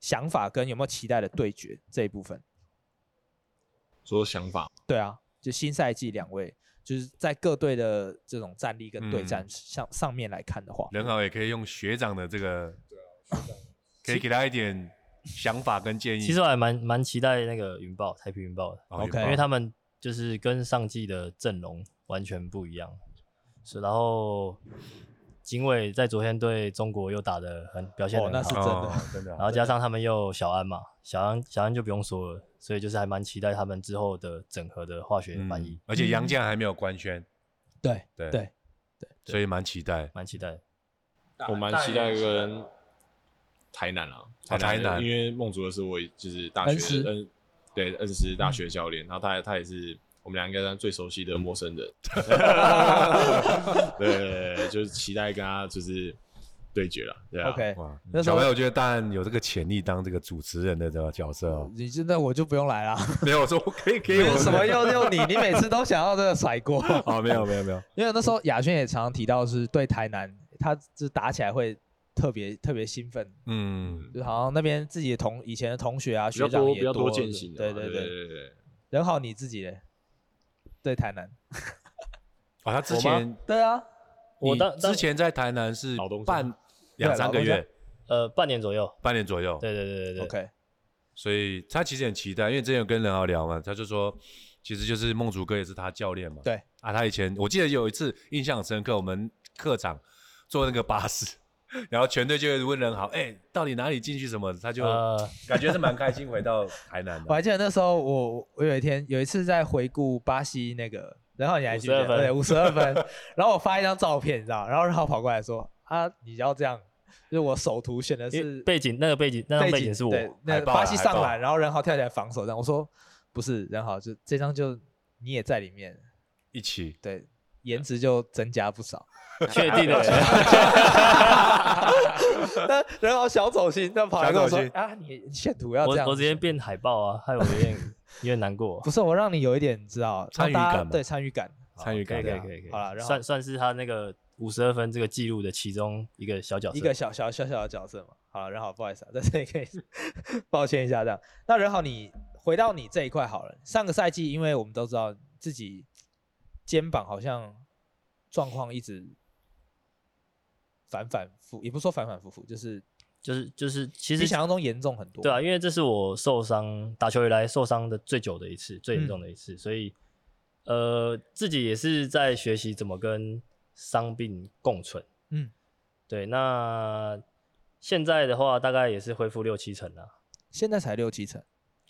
A: 想法跟有没有期待的对决这一部分？
D: 说想法，
A: 对啊，就新赛季两位就是在各队的这种战力跟对
D: 嗯
A: 战上、上面来看的话，
B: 人好也可以用学长的这 个，可以给他一点想法跟建议。
C: 其实我还蛮蛮期待那个云豹台皮云豹的，
A: OK
B: 哦有
C: 因
B: 吧
C: 为他们就是跟上季的阵容完全不一样。是，然后警卫在昨天对中国又打的很表现得
A: 哦，那
C: 很
A: 是
C: 好，
A: 真的
B: 哦。真的啊
C: 然后加上他们又有小安嘛，小安小安就不用说了，所以就是还蛮期待他们之后的整合的化学反应
B: 嗯，，而且杨绛还没有官宣，
A: 对
B: 对
A: 对，
B: 所以蛮期待。
C: 蛮期待的。
D: 我蛮期待跟台南啊，
B: 哦台南
D: 因为梦竹的是我就是大
A: 恩
D: 学
A: 师
D: 的恩，对恩师大学教练，然后他他也是我们俩应该算最熟悉的陌生 人，对对，对就是期待跟他就是对决了，对啊
A: OK，
B: 哇
A: 那，时候。
B: 小朋友觉得当然有这个潜力当这个主持人的这个角色
D: 啊
B: 哦
A: 你现在我就不用来 了，
B: 没有，我说我可以
A: 嗯
B: 给
A: 没
B: 我
A: 有什么用用你，你每次都想要这个甩 锅。
B: 啊？没有没有没有，
A: 因为那时候亚轩也常常提到是对台南，他就是打起来会特别特别兴奋，
B: 嗯，
A: 就好像那边自己的同以前的同学啊
D: 比较
A: 学长
D: 多
A: 也
D: 比较多
A: 多
D: 践行的
A: 对
D: 嘛，对
A: 对对。
D: 对对。
A: 人好你自己嘞，对台南，
B: 哦，他之前
A: 对啊，
C: 我
B: 你
C: 当当
B: 之前在台南是
D: 老东家
B: 半两三个
A: 对老
B: 月
A: 东，
C: 呃，半年左右，
B: 半年左右。
C: 对对对对对
A: OK，
B: 所以他其实很期待，因为之前有跟任豪聊嘛，他就说，其实就是梦竹哥也是他教练嘛。
A: 对
B: 啊，他以前我记得有一次印象很深刻，我们课长坐那个巴士， 然后全队就会问任豪，哎、到底哪里进去什么的，他就
C: 呃，
B: 感觉是蛮开心回到台南
A: 我
B: 的。
A: 还记得那时候我我有一天有一次在回顾巴西那个，然后你还记得
C: 52分
A: 对五十二分，然后我发一张照片，你知道，然后然后跑过来说啊，你要这样，就是我首图选的
C: 因为
A: 是
C: 背景那个背景那张背景是我，
A: 对，那
B: 海
A: 个
B: 报
A: 巴
B: 啦
A: 西
B: 海
A: 上
B: 报
A: 篮，然后任豪跳起来防守，这样我说不是任豪，就这张就你也在里面，
B: 一起，
A: 对，颜值就增加不少。
C: 确定的。
A: 那任豪小走心，那跑来跟我说
B: 小走心
A: 啊，你你选图要
C: 我
A: 这样
C: 我直接
A: 选
C: 变海报啊，害我有点有点难过。
A: 不是我让你有一点你知道
B: 参与
A: 让大家
B: 感嘛
A: 对参与感。
B: 参与感
C: 可以
B: 对
C: 可以
B: 啊
C: 可以可以，
A: 好啦然后
C: 算算是他那个五十二分这个记录的其中一个小角色。
A: 一个小小小小的角色嘛。好，任豪，不好意思啊，在这里可以 抱歉一下这样。那任豪，你回到你这一块好了。上个赛季，因为我们都知道自己肩膀好像状况一直反反复，也不是说反反复复，就是
C: 就是就是，其实
A: 比想象中严重很多。
C: 对啊，因为这是我受伤打球以来受伤的最久的一次，最严
A: 嗯
C: 重的一次，所以呃，自己也是在学习怎么跟伤病共存。
A: 嗯，
C: 对，那现在的话，大概也是恢复六七成啦，
A: 现在才六七成。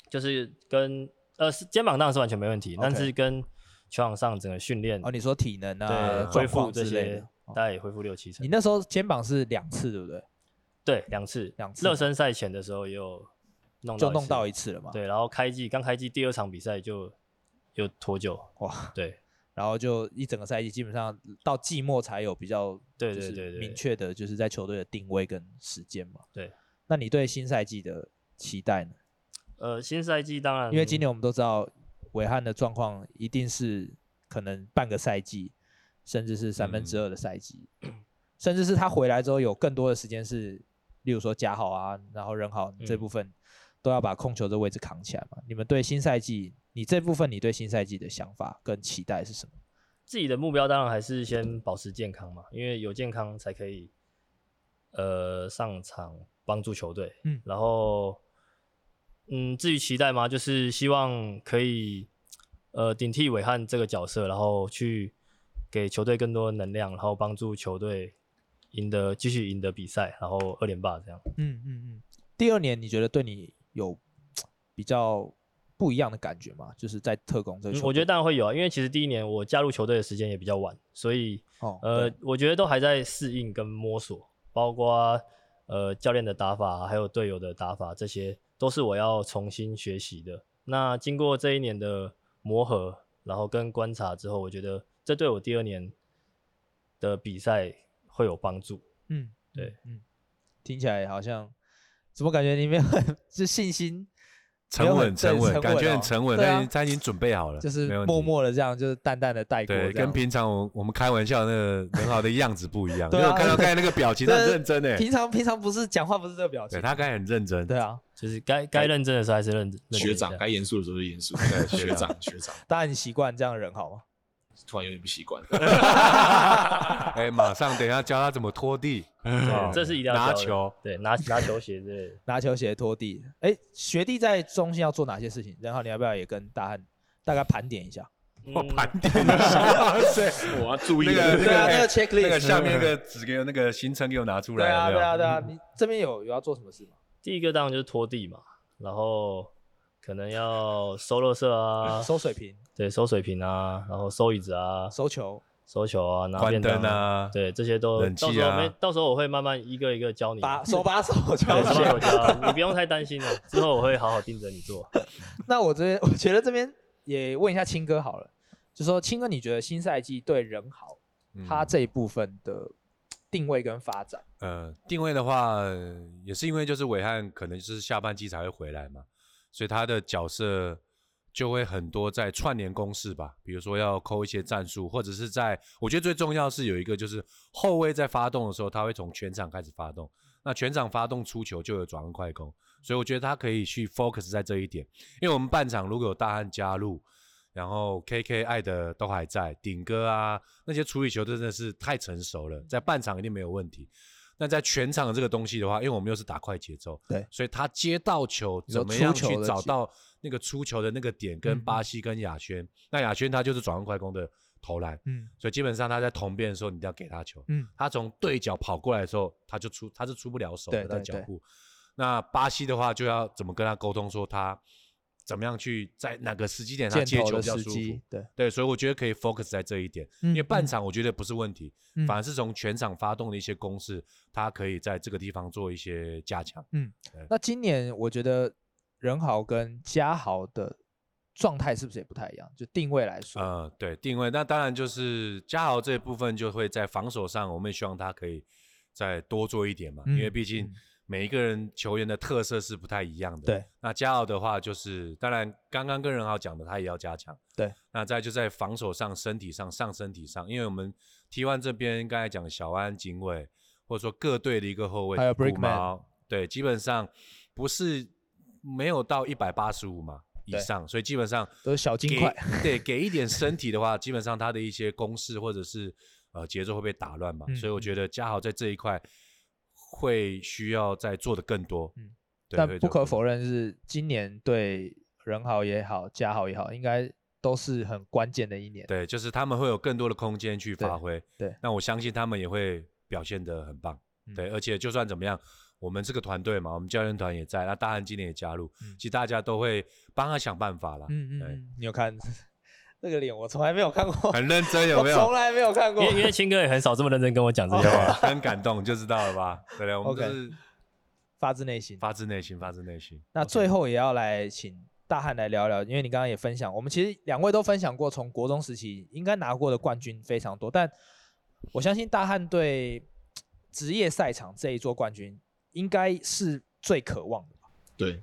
C: 就是跟呃是肩膀当然是完全没问题
A: OK
C: 但是跟球场上整个训练、
A: 哦，你说体能啊
C: 嗯对，
A: 状
C: 恢复
A: 况
C: 这
A: 之类
C: 些
A: 的。哦
C: 大概也恢复六七成
A: 你。那时候肩膀是两次，对不对？
C: 对，两次，
A: 两次
C: 热
A: 吗
C: 身赛前的时候也有弄到
A: 就弄到
C: 一
A: 一
C: 次，
A: 次了嘛。，
C: 对，然后开季刚开季第二场比赛就又脱臼，
A: 哇，
C: 对，
A: 然后就一整个赛季基本上到季末才有比较
C: 对
A: 就是
C: 对对对
A: 明确的，就是在球队的定位跟时间嘛。
C: 对，
A: 那你对新赛季的期待呢？
C: 呃，新赛季当然，
A: 因为今年我们都知道韦翰的状况一定是可能半个赛季，甚至是三分
C: 嗯
A: 之二的赛季，甚至是他回来之后有更多的时间是，例如说加好啊，然后人好这
C: 嗯
A: 部分都要把控球的位置扛起来嘛。你们对新赛季，你这部分你对新赛季的想法跟期待是什么？
C: 自己的目标当然还是先保持健康嘛，因为有健康才可以呃上场帮助球队。
A: 嗯
C: 然后嗯，至于期待嘛，就是希望可以呃顶替伟汉这个角色，然后去给球队更多的能量，然后帮助球队赢得继续赢得比赛，然后二连霸这样。
A: 嗯嗯嗯。第二年你觉得对你有比较不一样的感觉吗？就是在特工这个
C: 嗯
A: 球队、
C: 我觉得当然会有啊，因为其实第一年我加入球队的时间也比较晚，所以
A: 哦，
C: 呃
A: 对，
C: 我觉得都还在适应跟摸索，包括呃教练的打法，还有队友的打法，这些都是我要重新学习的。那经过这一年的磨合，然后跟观察之后，我觉得这对我第二年的比赛会有帮助。
A: 嗯，
C: 对，
A: 嗯，听起来好像怎么感觉你没有很 就信心没
B: 沉
A: 有
B: 稳
A: 很
B: 沉稳，
A: 对
B: 感觉
A: 哦
B: 很沉稳，
A: 对
B: 他
A: 啊
B: 已经他已经准备好了，
A: 就
B: 没
A: 是
B: 问题
A: 默默的这样，就是淡淡的带过这样，
B: 对，跟平常我我们开玩笑那个很好的样子不一样，因
A: 对
B: 为
A: 啊
B: 我看到刚才那个表情，他很
A: 对
B: 认真诶，
A: 平常平常不是讲话不是这个表情
B: 对，他刚才很认真，
A: 对啊，
C: 就是该该认真的时候还是认认真一下。
D: 学长该严肃的时候就严肃，学长学长，
A: 当然你习惯这样的人好吗？
D: 突然有点不习 惯。
B: 哎，马上等一下教他怎么 拖地，
A: 嗯
C: 对，这是一定要
B: 嗯拿
C: 教的
B: 球，
C: 对，拿拿球鞋之类 的。
A: 拿球鞋拖地，哎，学弟在中心要做哪些事情？然后你要不要也跟大汉大概盘点一下？
B: 我
C: 嗯
B: 盘点一下，哇塞，
D: 我要注意
B: 那个
D: 了
B: 那
A: 对
B: 个
A: 啊那个
B: 哎
A: checklist 嗯
B: 那个下面那个纸给我那个行程给我拿出
A: 对
B: 来，
A: 啊，
B: 有没有嗯
A: 对啊，对啊，你这边有有要做什么事吗？
C: 第一个当然就是拖地嘛，然后可能要收垃圾
B: 嗯
C: 啊，
A: 收水瓶、
C: 对，收水瓶啊，然后收椅子啊，
A: 收球，
C: 收球啊，拿
B: 关
C: 便当
B: 灯啊
C: 对，这些都
B: 冷
C: 到
B: 气
C: 时候
B: 啊
C: 没，到时候我会慢慢一个一个教你。啊
A: 把手把手
C: 对
A: 球
C: 手
A: 鞋
C: 把手教啊，你不用太担心了，之后我会好好盯着你做。
A: 那我这边，我觉得这边也问一下青哥好了，就说青哥，你觉得新赛季对人好，
B: 嗯
A: 他这一部分的定位跟发展，
B: 呃，定位的话，呃也是因为就是伟汉可能就是下半季才会回来嘛，所以他的角色就会很多在串联攻势吧，比如说要扣一些战术，或者是在我觉得最重要是有一个就是后卫在发动的时候，他会从全场开始发动，那全场发动出球就有转换快攻，所以我觉得他可以去 focus 在这一点，因为我们半场如果有大汉加入，然后 KK 爱的都还在，顶哥啊那些处理球真的是太成熟了，在半场一定没有问题。那在全场的这个东西的话，因为我们又是打快节奏，
A: 对
B: 所以他接到球
A: 你说
B: 怎么样
A: 出球
B: 去
A: 的
B: 找
A: 节
B: 到那个出球的那个点，
A: 嗯
B: 跟
A: 嗯
B: 巴西跟亚轩，那亚轩他就是转换快攻的投篮，
A: 嗯
B: 所以基本上他在同边的时候，你一定要给他球，
A: 嗯，
B: 他从对角跑过来的时候，他就出他是出不了手
A: 对
B: 的，他的
A: 对
B: 脚
A: 对
B: 步。那巴西的话，就要怎么跟他沟通，说他怎么样去在哪个时机点他
A: 箭
B: 接
A: 头
B: 球
A: 的
B: 比较
A: 时
B: 舒服
A: 机。，对，
B: 对，所以我觉得可以 focus 在这一点，
A: 因
B: 因为半场我觉得不是问题，
A: 嗯
B: 反而是从全场发动的一些攻势，他可以在这个地方做一些加强。
A: 那今年我觉得任豪跟嘉豪的状态是不是也不太一样？就定位来说，
B: 呃，对，定位，那当然就是嘉豪这一部分就会在防守上，我们也希望他可以再多做一点嘛，因为
A: 嗯
B: 毕竟
A: 嗯
B: 每一个人球员的特色是不太一样的。
A: 对，
B: 那加奥的话就是，当然刚刚跟任豪讲的，他也要加强。
A: 对，
B: 那再就在防守上、身体上、上身体上，因为我们 T1 这边刚才讲小安、警卫，或者说各队的一个后卫，
A: 还有
B: 古
A: Brickman
B: 毛对，基本上不是没有到一百八十五嘛以
A: 对
B: 上，所以基本上
A: 都是小金
B: 给
A: 块。
B: 对，给一点身体的话，基本上他的一些攻势或者是呃节奏会被打乱嘛，
A: 嗯
B: 所以我觉得嘉豪在这一块会需要再做的更多。
A: 嗯
B: 嗯，
A: 但不可否认是今年对人豪也好，嘉豪也好，应该都是很关键的一年。
B: 对，就是他们会有更多的空间去
A: 对
B: 发挥。
A: 对
B: 那我相信他们也会表现得很棒。
A: 嗯
B: 对，而且就算怎么样，我们这个团队嘛，我们教练团也在，那大汉今年也加入，
A: 嗯
B: 其实大家都会帮他想办法啦。
A: 嗯嗯
B: 对
A: 嗯，你有看 那个脸？我从来没有看过，
B: 很认 真，有没
A: 我从
B: 有？
A: 来没有看过
C: 因。为因为青哥也很少这么认真跟我讲这些话。
B: 很感动就知道了吧？对不对？我们
A: OK
B: 就是
A: 发自内心。
B: 发自内心，发自内心。
A: 那最后也要来请大汉来聊聊，因为你刚刚也分享，我们其实两位都分享过，从国中时期应该拿过的冠军非常多，但我相信大汉对职业赛场这一座冠军应该是最渴望的吧。
D: 对，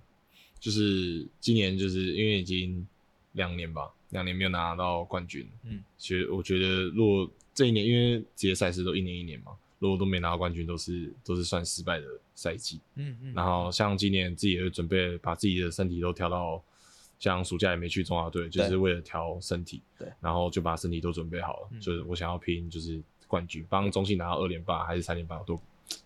D: 就是今年就是因为已经两年吧，两年没有拿到冠军。
A: 嗯，
D: 其实我觉得如果这一年，因为职业赛事都一年一年嘛，如果都没拿到冠军，都是都是算失败的赛季。
A: 嗯嗯
D: 然后像今年自己也会准备把自己的身体都调到，像暑假也没去中华队，就是为了调身体。
A: 对，
D: 然后就把身体都准备好了，
A: 嗯
D: 就是我想要拼就是冠军，帮中信拿到二连霸还是三连霸，我都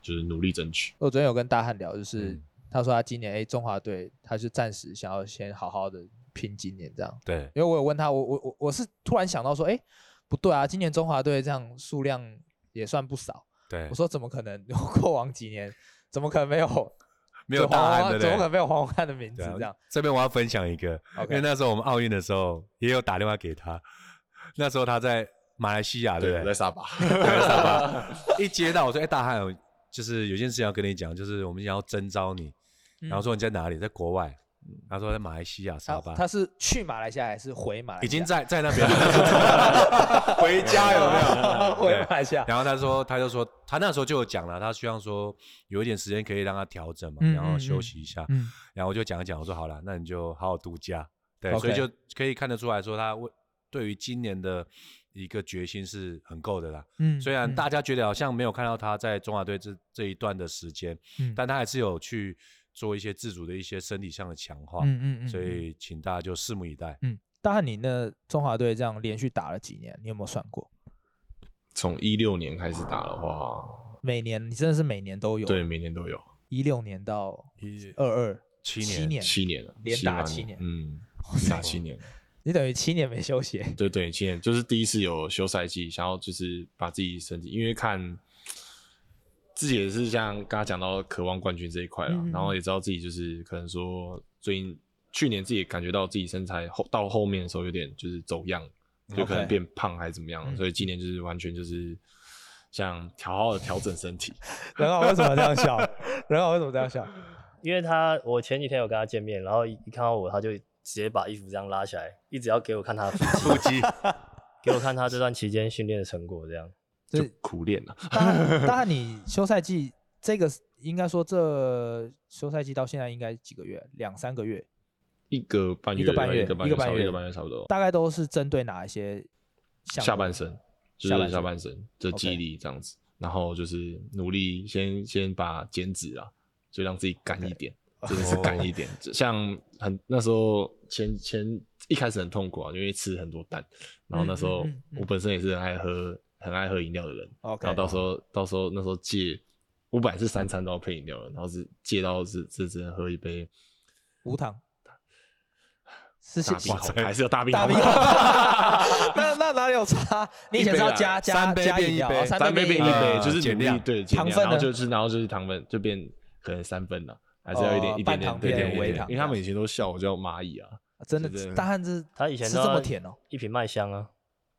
D: 就是努力争取。
A: 我昨天有跟大汉聊，就是
B: 嗯
A: 他说他今年哎、中华队，他是暂时想要先好好的拼今年这样，
B: 对，
A: 因为我有问他，我我我我是突然想到说，哎、不对啊，今年中华队这样数量也算不少。
B: 对
A: 我，说怎么可能？ 过往几年怎么可能没有
B: 没有
A: 黄
B: 大
A: 宏
B: 汉
A: 汉
B: 的
A: 怎么可能
B: 嘞。
A: 没有黄宏汉的名字
B: 对啊
A: 这样？
B: 这边我要分享一个
A: OK
B: 因为那时候我们奥运的时候也有打电话给他， 那时候他在马来西亚，啊对不
D: 我在
B: 对？
D: 沙巴。
B: 在沙巴一接到我说：“哎，大汉，就是有件事情要跟你讲，就是我们想要征召你。”
A: 嗯
B: 然后说你在哪里？在国外。他说在马来西亚沙
A: 他
B: 巴，
A: 他是去马来西亚还是回马来西亚？
B: 已经在在那 边了回家有没有？
A: 回
B: 对
A: 马来西亚。
B: 然后他说，他就说，他那时候就有讲了，他希望说有一点时间可以让他调整嘛，
A: 嗯
B: 然后
A: 嗯
B: 休
A: 嗯
B: 息一下。
A: 嗯，
B: 然后我就讲一讲，我说好了，那你就好好度假。对
A: OK
B: 所以就可以看得出来说，他为对于今年的一个决心是很够的啦。
A: 嗯
B: 虽然大家觉得好像没有看到他在中华队这这一段的时间，
A: 嗯
B: 但他还是有去做一些自主的一些身体上的强化。
A: 嗯
B: 所以请大家就拭目以待。
A: 嗯，大汉，你那中华队这样连续打了几年？你有没有算过？
D: 从一六年开始打的话，
A: 每年你真的是每年都有，
D: 对，，每年都有
A: 一六年到
B: 一
A: 二二
B: 七
A: 嗯哦七
B: 年，
A: 年，
D: 七年了，
A: 连打
D: 七
A: 七年，
D: 年嗯，连打七年，
A: 你等于七年没休息。
D: 对对，七年就是第一次有休赛季，想要就是把自己身体，因为看自己也是像刚刚讲到渴望冠军这一块啦，
A: 嗯嗯嗯
D: 然后也知道自己就是可能说最近去年自己也感觉到自己身材后到后面的时候有点就是走样，就可能
A: OK
D: 变胖还是怎么样，
A: 嗯
D: 所以今年就是完全就是想调好好的调整身体，
A: 任浩为什么这样笑？任浩为什么这样笑？
C: 因为他我前几天有跟他见面，然后一一看到我，他就直接把衣服这样拉起来，一直要给我看他的腹肌，
B: 七
C: 给我看他这段期间训练的成果，这样。
D: 就
A: 对
D: 苦练啊了。
A: 当然，当然，你休赛季这个是应该说这休赛季到现在应该几个月，两三个月，
D: 一个半月，
A: 一个半月
D: 一个半
A: 一
D: 月，
A: 个
D: 差
A: 半
D: 不多
A: 月
D: 一个半月差不多。
A: 大概都是针对哪一些项目？
D: 下半身，就
A: 下半
D: 是
A: 身
D: 下半身的
A: OK
D: 肌力这样子，然后就是努力先先把减脂啊，就让自己干一点，真的是
A: 哦
D: 干一点。就像很那时候前前一开始很痛苦啊，因为吃很多蛋，然后那时候
A: 嗯嗯嗯嗯
D: 我本身也是很爱喝很爱喝饮料的人，
A: OK，
D: 然后到时候到时候那时候戒。我本来是三餐都要配饮料的，然后是戒到是是只能喝一杯
A: 无糖是是
D: 大冰
B: 哇
D: 红
B: 塞，
D: 还是有大冰
A: 大
D: 红
A: 冰， 那那哪里有差？你以前是要
D: 一杯啊
A: 加加
B: 三杯
A: 加
B: 变
A: 饮
B: 一
A: 料，
B: 杯
A: 哦
D: 三
A: 三
D: 杯
A: 杯
D: 变一
A: 饮料
D: 杯，
B: 呃
D: 就是
B: 减
D: 努力
B: 量
D: 对减
A: 糖
D: 量
A: 分
D: 然后
A: 呢
D: 就是然后就是糖分就变可能三分了，还是要一点、
A: 哦
D: 一点
A: 半
D: 点
A: 糖
D: 对
A: 变
D: 对
B: 微
D: 对
A: 糖
D: 因为他们以前都笑我叫蚂蚁啊，
A: 真
D: 是的
A: 的，大汉是
C: 他以前
A: 是
C: 都
A: 这么
C: 要
A: 甜哦。
C: 一瓶麦香啊，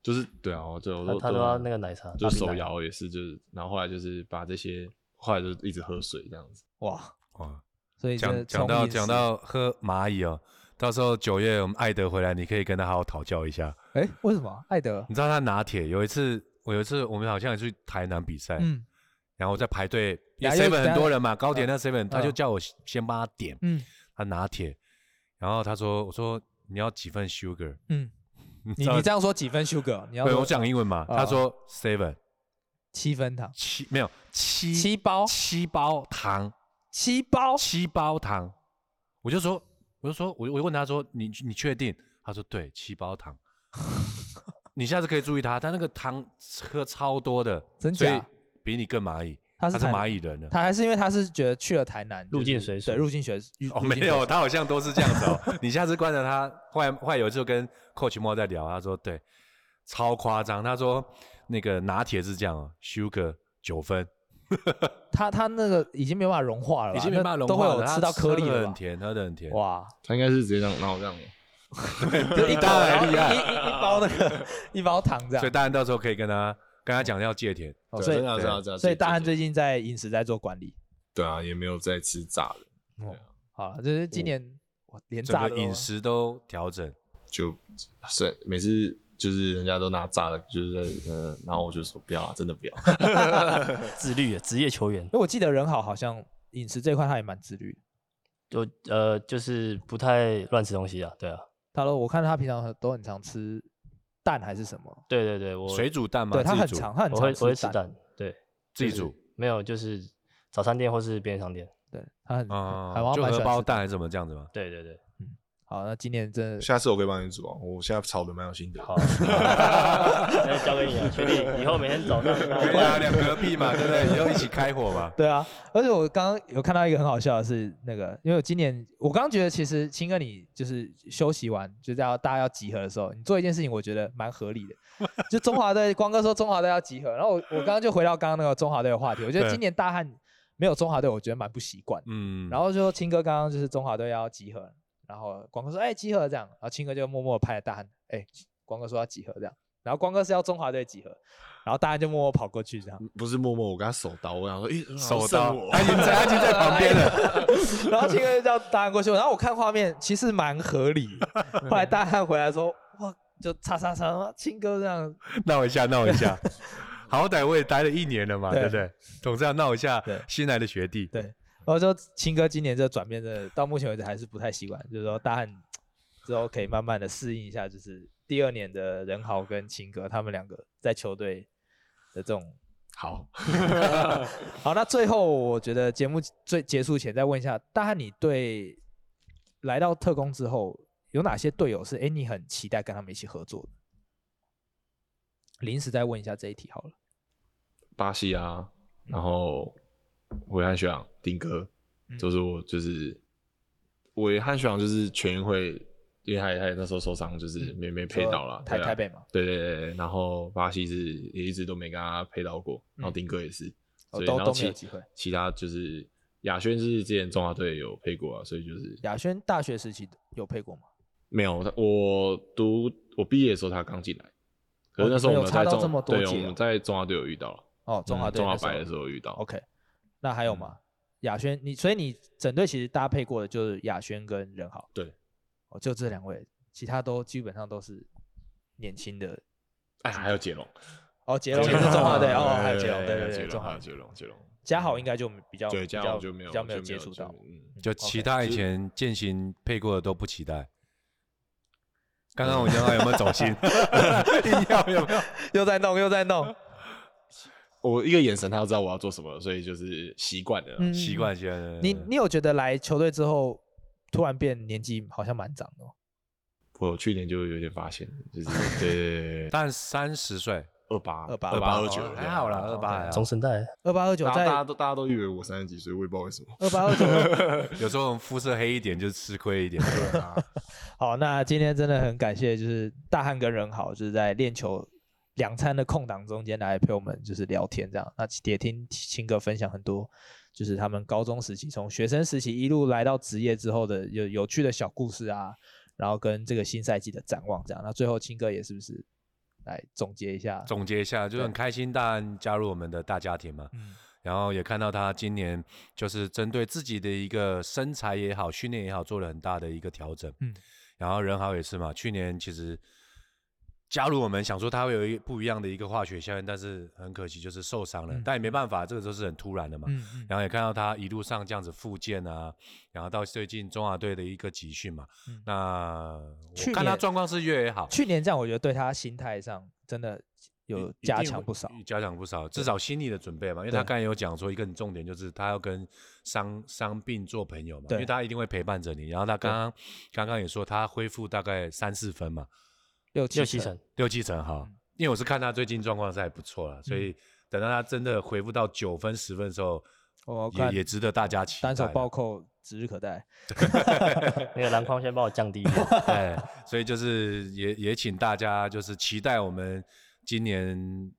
D: 就是对啊，我就我
C: 他
D: 都
C: 他都要那个奶茶，
D: 就
C: 大冰
D: 手
C: 奶
D: 摇也是，就是然后后来就是把这些后来就一直喝水这样子，
A: 哇，
B: 哇，
A: 所以
B: 讲
A: 这
B: 讲
A: 从
B: 到
A: 饮食
B: 讲，到喝蚂蚁哦，到时候九月我们艾德回来，你可以跟他好好讨教一下。
A: 哎，为什么艾德
B: 你？知道他拿铁有一次，我有一次我们好像也去台南比赛，
A: 嗯，
B: 然后在排队，因
A: 亚
B: 为
A: 优
B: seven 很多人嘛，高
A: 嗯
B: 铁那 seven 他就叫我先帮他点，
A: 嗯
B: 他拿铁，然后他说我说你要几份 sugar，
A: 嗯，你
B: 知道
A: 你这样说几分 sugar？你要
B: 对
A: 说
B: 我讲英文嘛，
A: 啊
B: 他说 seven
A: 七分糖，
B: 七没有七
A: 七包
B: 七包糖
A: 七包，
B: 七包糖，我就说我就说我就我就问他说你你确定？他说对，七包糖。 你下次可以注意他，他那个糖喝超多的，
A: 真
B: 所以
A: 假
B: 比你更蚂蚁，
A: 他
B: 他
A: 是
B: 是
A: 台
B: 蚂蚁人呢。啊
A: 他还是因为他是觉得去了台南
C: 入境
A: 就是
C: 随俗
A: 对入境学
B: 哦，没 有，他好像都是这样子哦。 你下次观察他，后来后来有一次我跟 Coach 莫在聊，他说对，超夸张。他说那个拿铁是这样哦，Sugar 九分，
A: 他他那个已经没办法融化了吧，
B: 已经没
A: 那
B: 办法融
A: 都会
B: 化了，
A: 有
B: 他
A: 吃到颗粒
B: 喝得
A: 了
B: 很
A: 吧。
B: 甜，喝的很甜。
A: 哇，
D: 他应该是直接这样，然后这样，
A: 就一包，
B: 当然
A: 然后一
B: 厉害
A: 一一一包那个一包糖这
B: 所以
A: 样。
B: 大家到时候可以跟他跟他讲要戒甜，
A: 哦
D: 对
A: 所
D: 真的
A: 以
D: 啊真的啊真的啊
A: 所以
D: 这
A: 大汉
D: 这
A: 最近在饮食在做管理。
D: 对啊，也没有在吃炸的，
A: 哦，好了，就是今年哇连
B: 哦整
A: 炸
B: 个
A: 的哦
B: 饮食都调整。
D: 就是每次就是人家都拿炸的，就是在呃，然后我就说不要啊，真的不要。
C: 自律的职业球员
A: 因，为我记得人好好像饮食这块他也蛮自律的。
C: 就呃就是不太乱吃东西啊，对啊，
A: 他说我看他平常很都很常吃蛋还是什么，
C: 对对对，我
B: 水煮蛋吗？
A: 对他
B: 自己
A: 很
B: 煮
A: 常他很
C: 我会我
A: 常
C: 会吃
A: 蛋，
C: 蛋，对，
B: 自己
C: 就是
B: 煮，
C: 没有就是早餐店或是便利商店，
A: 对他很
B: 啊
A: 海，王
B: 就
A: 蛮喜
B: 荷
A: 欢
B: 包
A: 吃
B: 蛋还是怎么这样子吗？
C: 对对对，
A: 好，那今年真的
D: 下次我可以帮你煮啊，我现在炒的蛮有心得。
C: 好， 那交给你了，学弟，以后每天 早上帮我
B: 可以啊，两隔壁嘛，对不对？以后一起开火嘛。
A: 对啊，而且我刚刚有看到一个很好笑的是，那个因为我今年我刚刚觉得其实青哥你就是休息完，就是要大家要集合的时候，你做一件事情，我觉得蛮合理的。就中华队，光哥说中华队要集合，然后我我刚刚就回到刚刚那个中华队的话题，我觉得
B: 对
A: 今年大汉没有中华队，我觉得蛮不习惯。
B: 嗯，
A: 然后就青哥刚刚就是中华队要集合，然后光哥说哎、集合这样，然后青哥就默默地拍了大汉，哎、光哥说要集合这样，然后光哥是要中华队集合，然后大汉就默默跑过去这样。
D: 不是默默，我跟他手刀，我想说，诶、
B: 手
D: 剩
B: 刀
D: 我，
A: 哎
B: 他已经在他已经在旁边了。
A: 然后青哥就叫大汉过去，然后我看画面其实蛮合理的。后来大汉回来说：“哇，就叉叉叉，青哥这样。
B: 闹一下，闹 一下。好歹我也待了一年了嘛，
A: 对
B: 对不对？总是要闹一下
A: 对
B: 新来的学弟。
A: 对”然后说青哥今年这转变真的到目前为止还是不太习惯，就是说大汉之后可以慢慢的适应一下，就是第二年的任豪跟青哥他们两个在球队的这种。
D: 好，
A: 好，那最后我觉得节目最结束前再问一下，大汉你对来到特工之后有哪些队友是哎你很期待跟他们一起合作的？临时再问一下这一题好了。
D: 巴西啊，然后伟汉学长、丁哥
A: 嗯，
D: 就是我就是伟汉学长，就是全运会，因为他也他也那时候受伤，就是
A: 嗯
D: 没没配到了，
A: 台
D: 对啊
A: 台北嘛，
D: 对对对，对然后巴西是也一直都没跟他配到过，然后丁哥也是，
A: 嗯哦
D: 所以
A: 都
D: 然后
A: 都没有
D: 其
A: 机会
D: 其他就是亚轩是之前中华队有配过啊，所以就是
A: 亚轩大学时期有配过吗？
D: 没有他，我读我毕业的时候他刚进来，可是那时候
A: 哦你们有
D: 我们在
A: 差到
D: 中、
A: 这么多
D: 对
A: 届
D: 我
A: 啊
D: 们在中华队有遇到了，
A: 哦，中华
D: 嗯
A: 队
D: 中华
A: 那时候哦
D: 白的时候有嗯遇到。
A: OK，那还有吗？亚轩，你所以你整队其实搭配过的就是亚轩跟任豪，
D: 对，
A: 哦，就这两位，其他都基本上都是年轻的。
D: 哎，还有杰龙，啊
A: 哦，杰龙也是中华队，哦，还有杰
D: 对
A: 龙，对对
D: 杰
A: 对，中
D: 龙，还
A: 华
D: 有杰龙，杰龙，
A: 嘉豪应该就比较
D: 对，
A: 比
D: 加
A: 较
D: 上就没有
A: 比较没
D: 有
A: 接触到，
D: 嗯，
B: 就
A: OK
B: 其他以前践行配过的都不期待。刚刚我讲到有没有走心？ 硬要有没有？
A: 又在弄又在弄，
D: 我一个眼神他就知道我要做什么了，所以就是习惯了啦。啊
A: 嗯
B: 习惯先。对
A: 你
B: 对
A: 你有觉得来球队之后突然变年纪好像蛮长的哦？
D: 我去年就有点发现，就是对对对对，
B: 但三十岁，
D: 二 八
A: 二八哦
D: 二
A: 八
D: 八二九
B: 还好啦，二
A: OK
B: 八还好
C: 中。生代，
A: 二八二九
D: 大家大家
A: 在
D: 都大家都以为我三十几岁，我也不知道 为什么。
A: 二八二九
B: 有时候我们肤色黑一点就是吃亏 一点。
A: 好，那今天真的很感谢，就是大汉跟仁豪，就是在练球两餐的空档中间来陪我们就是聊天这样。那也听青哥分享很多，就是他们高中时期从学生时期一路来到职业之后的有有趣的小故事啊，然后跟这个新赛季的展望这样。那最后青哥也是不是来总结一下？
B: 总结一下，就很开心，大然加入我们的大家庭嘛。
A: 嗯
B: 然后也看到他今年就是针对自己的一个身材也好、训练也好，做了很大的一个调整。
A: 嗯，
B: 然后任豪也是嘛，去年其实加入我们，想说他会有一不一样的一个化学效应，但是很可惜就是受伤了，
A: 嗯
B: 但也没办法，这个都是很突然的嘛。
A: 嗯嗯
B: 然后也看到他一路上这样子复健啊，然后到最近中华队的一个集训嘛，
A: 嗯
B: 那
A: 去
B: 我看他
A: 年
B: 状况是越来越好，
A: 去年这样，我觉得对他心态上真的有
B: 一
A: 加
B: 定
A: 强
B: 会
A: 不少。
B: 加强不少，至少心理的准备嘛。因为他
A: 对
B: 刚才有讲说一个很重点，就是他要跟伤伤病做朋友嘛，因
A: 对
B: 为他一定会陪伴着你。然后他刚刚刚刚也说他恢复大概三四分嘛，
A: 六
C: 六
A: 七
C: 七
A: 成
C: 成，
B: 六七成哈
A: 嗯。
B: 因为我是看他最近状况是还不错了，所以等到他真的恢复到九分十分的时候，
A: 我哦看
B: 也也值得大家期待
A: 单
B: 啦。
A: 手暴扣指日可待。
C: 那个篮筐先帮我降低一点。
B: 哎，所以就是也也请大家就是期待我们今年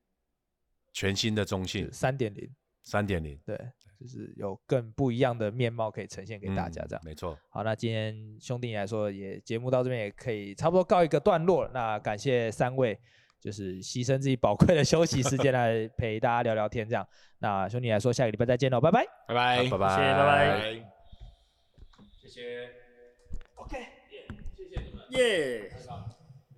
B: 全新的中信
A: 三点零，
B: 三点零
A: 对，就是有更不一样的面貌可以呈现给大家。这样、
B: 嗯没错。
A: 好，那今天兄弟来说也节目到这边也可以差不多告一个段落了。那感谢三位，就是牺牲自己宝贵的休息时间来陪大家聊聊天。这样，那兄弟来说下个礼拜再见喽，拜拜。
D: 拜拜，
B: 拜拜，
C: 谢谢拜拜
D: 拜。
C: 耶、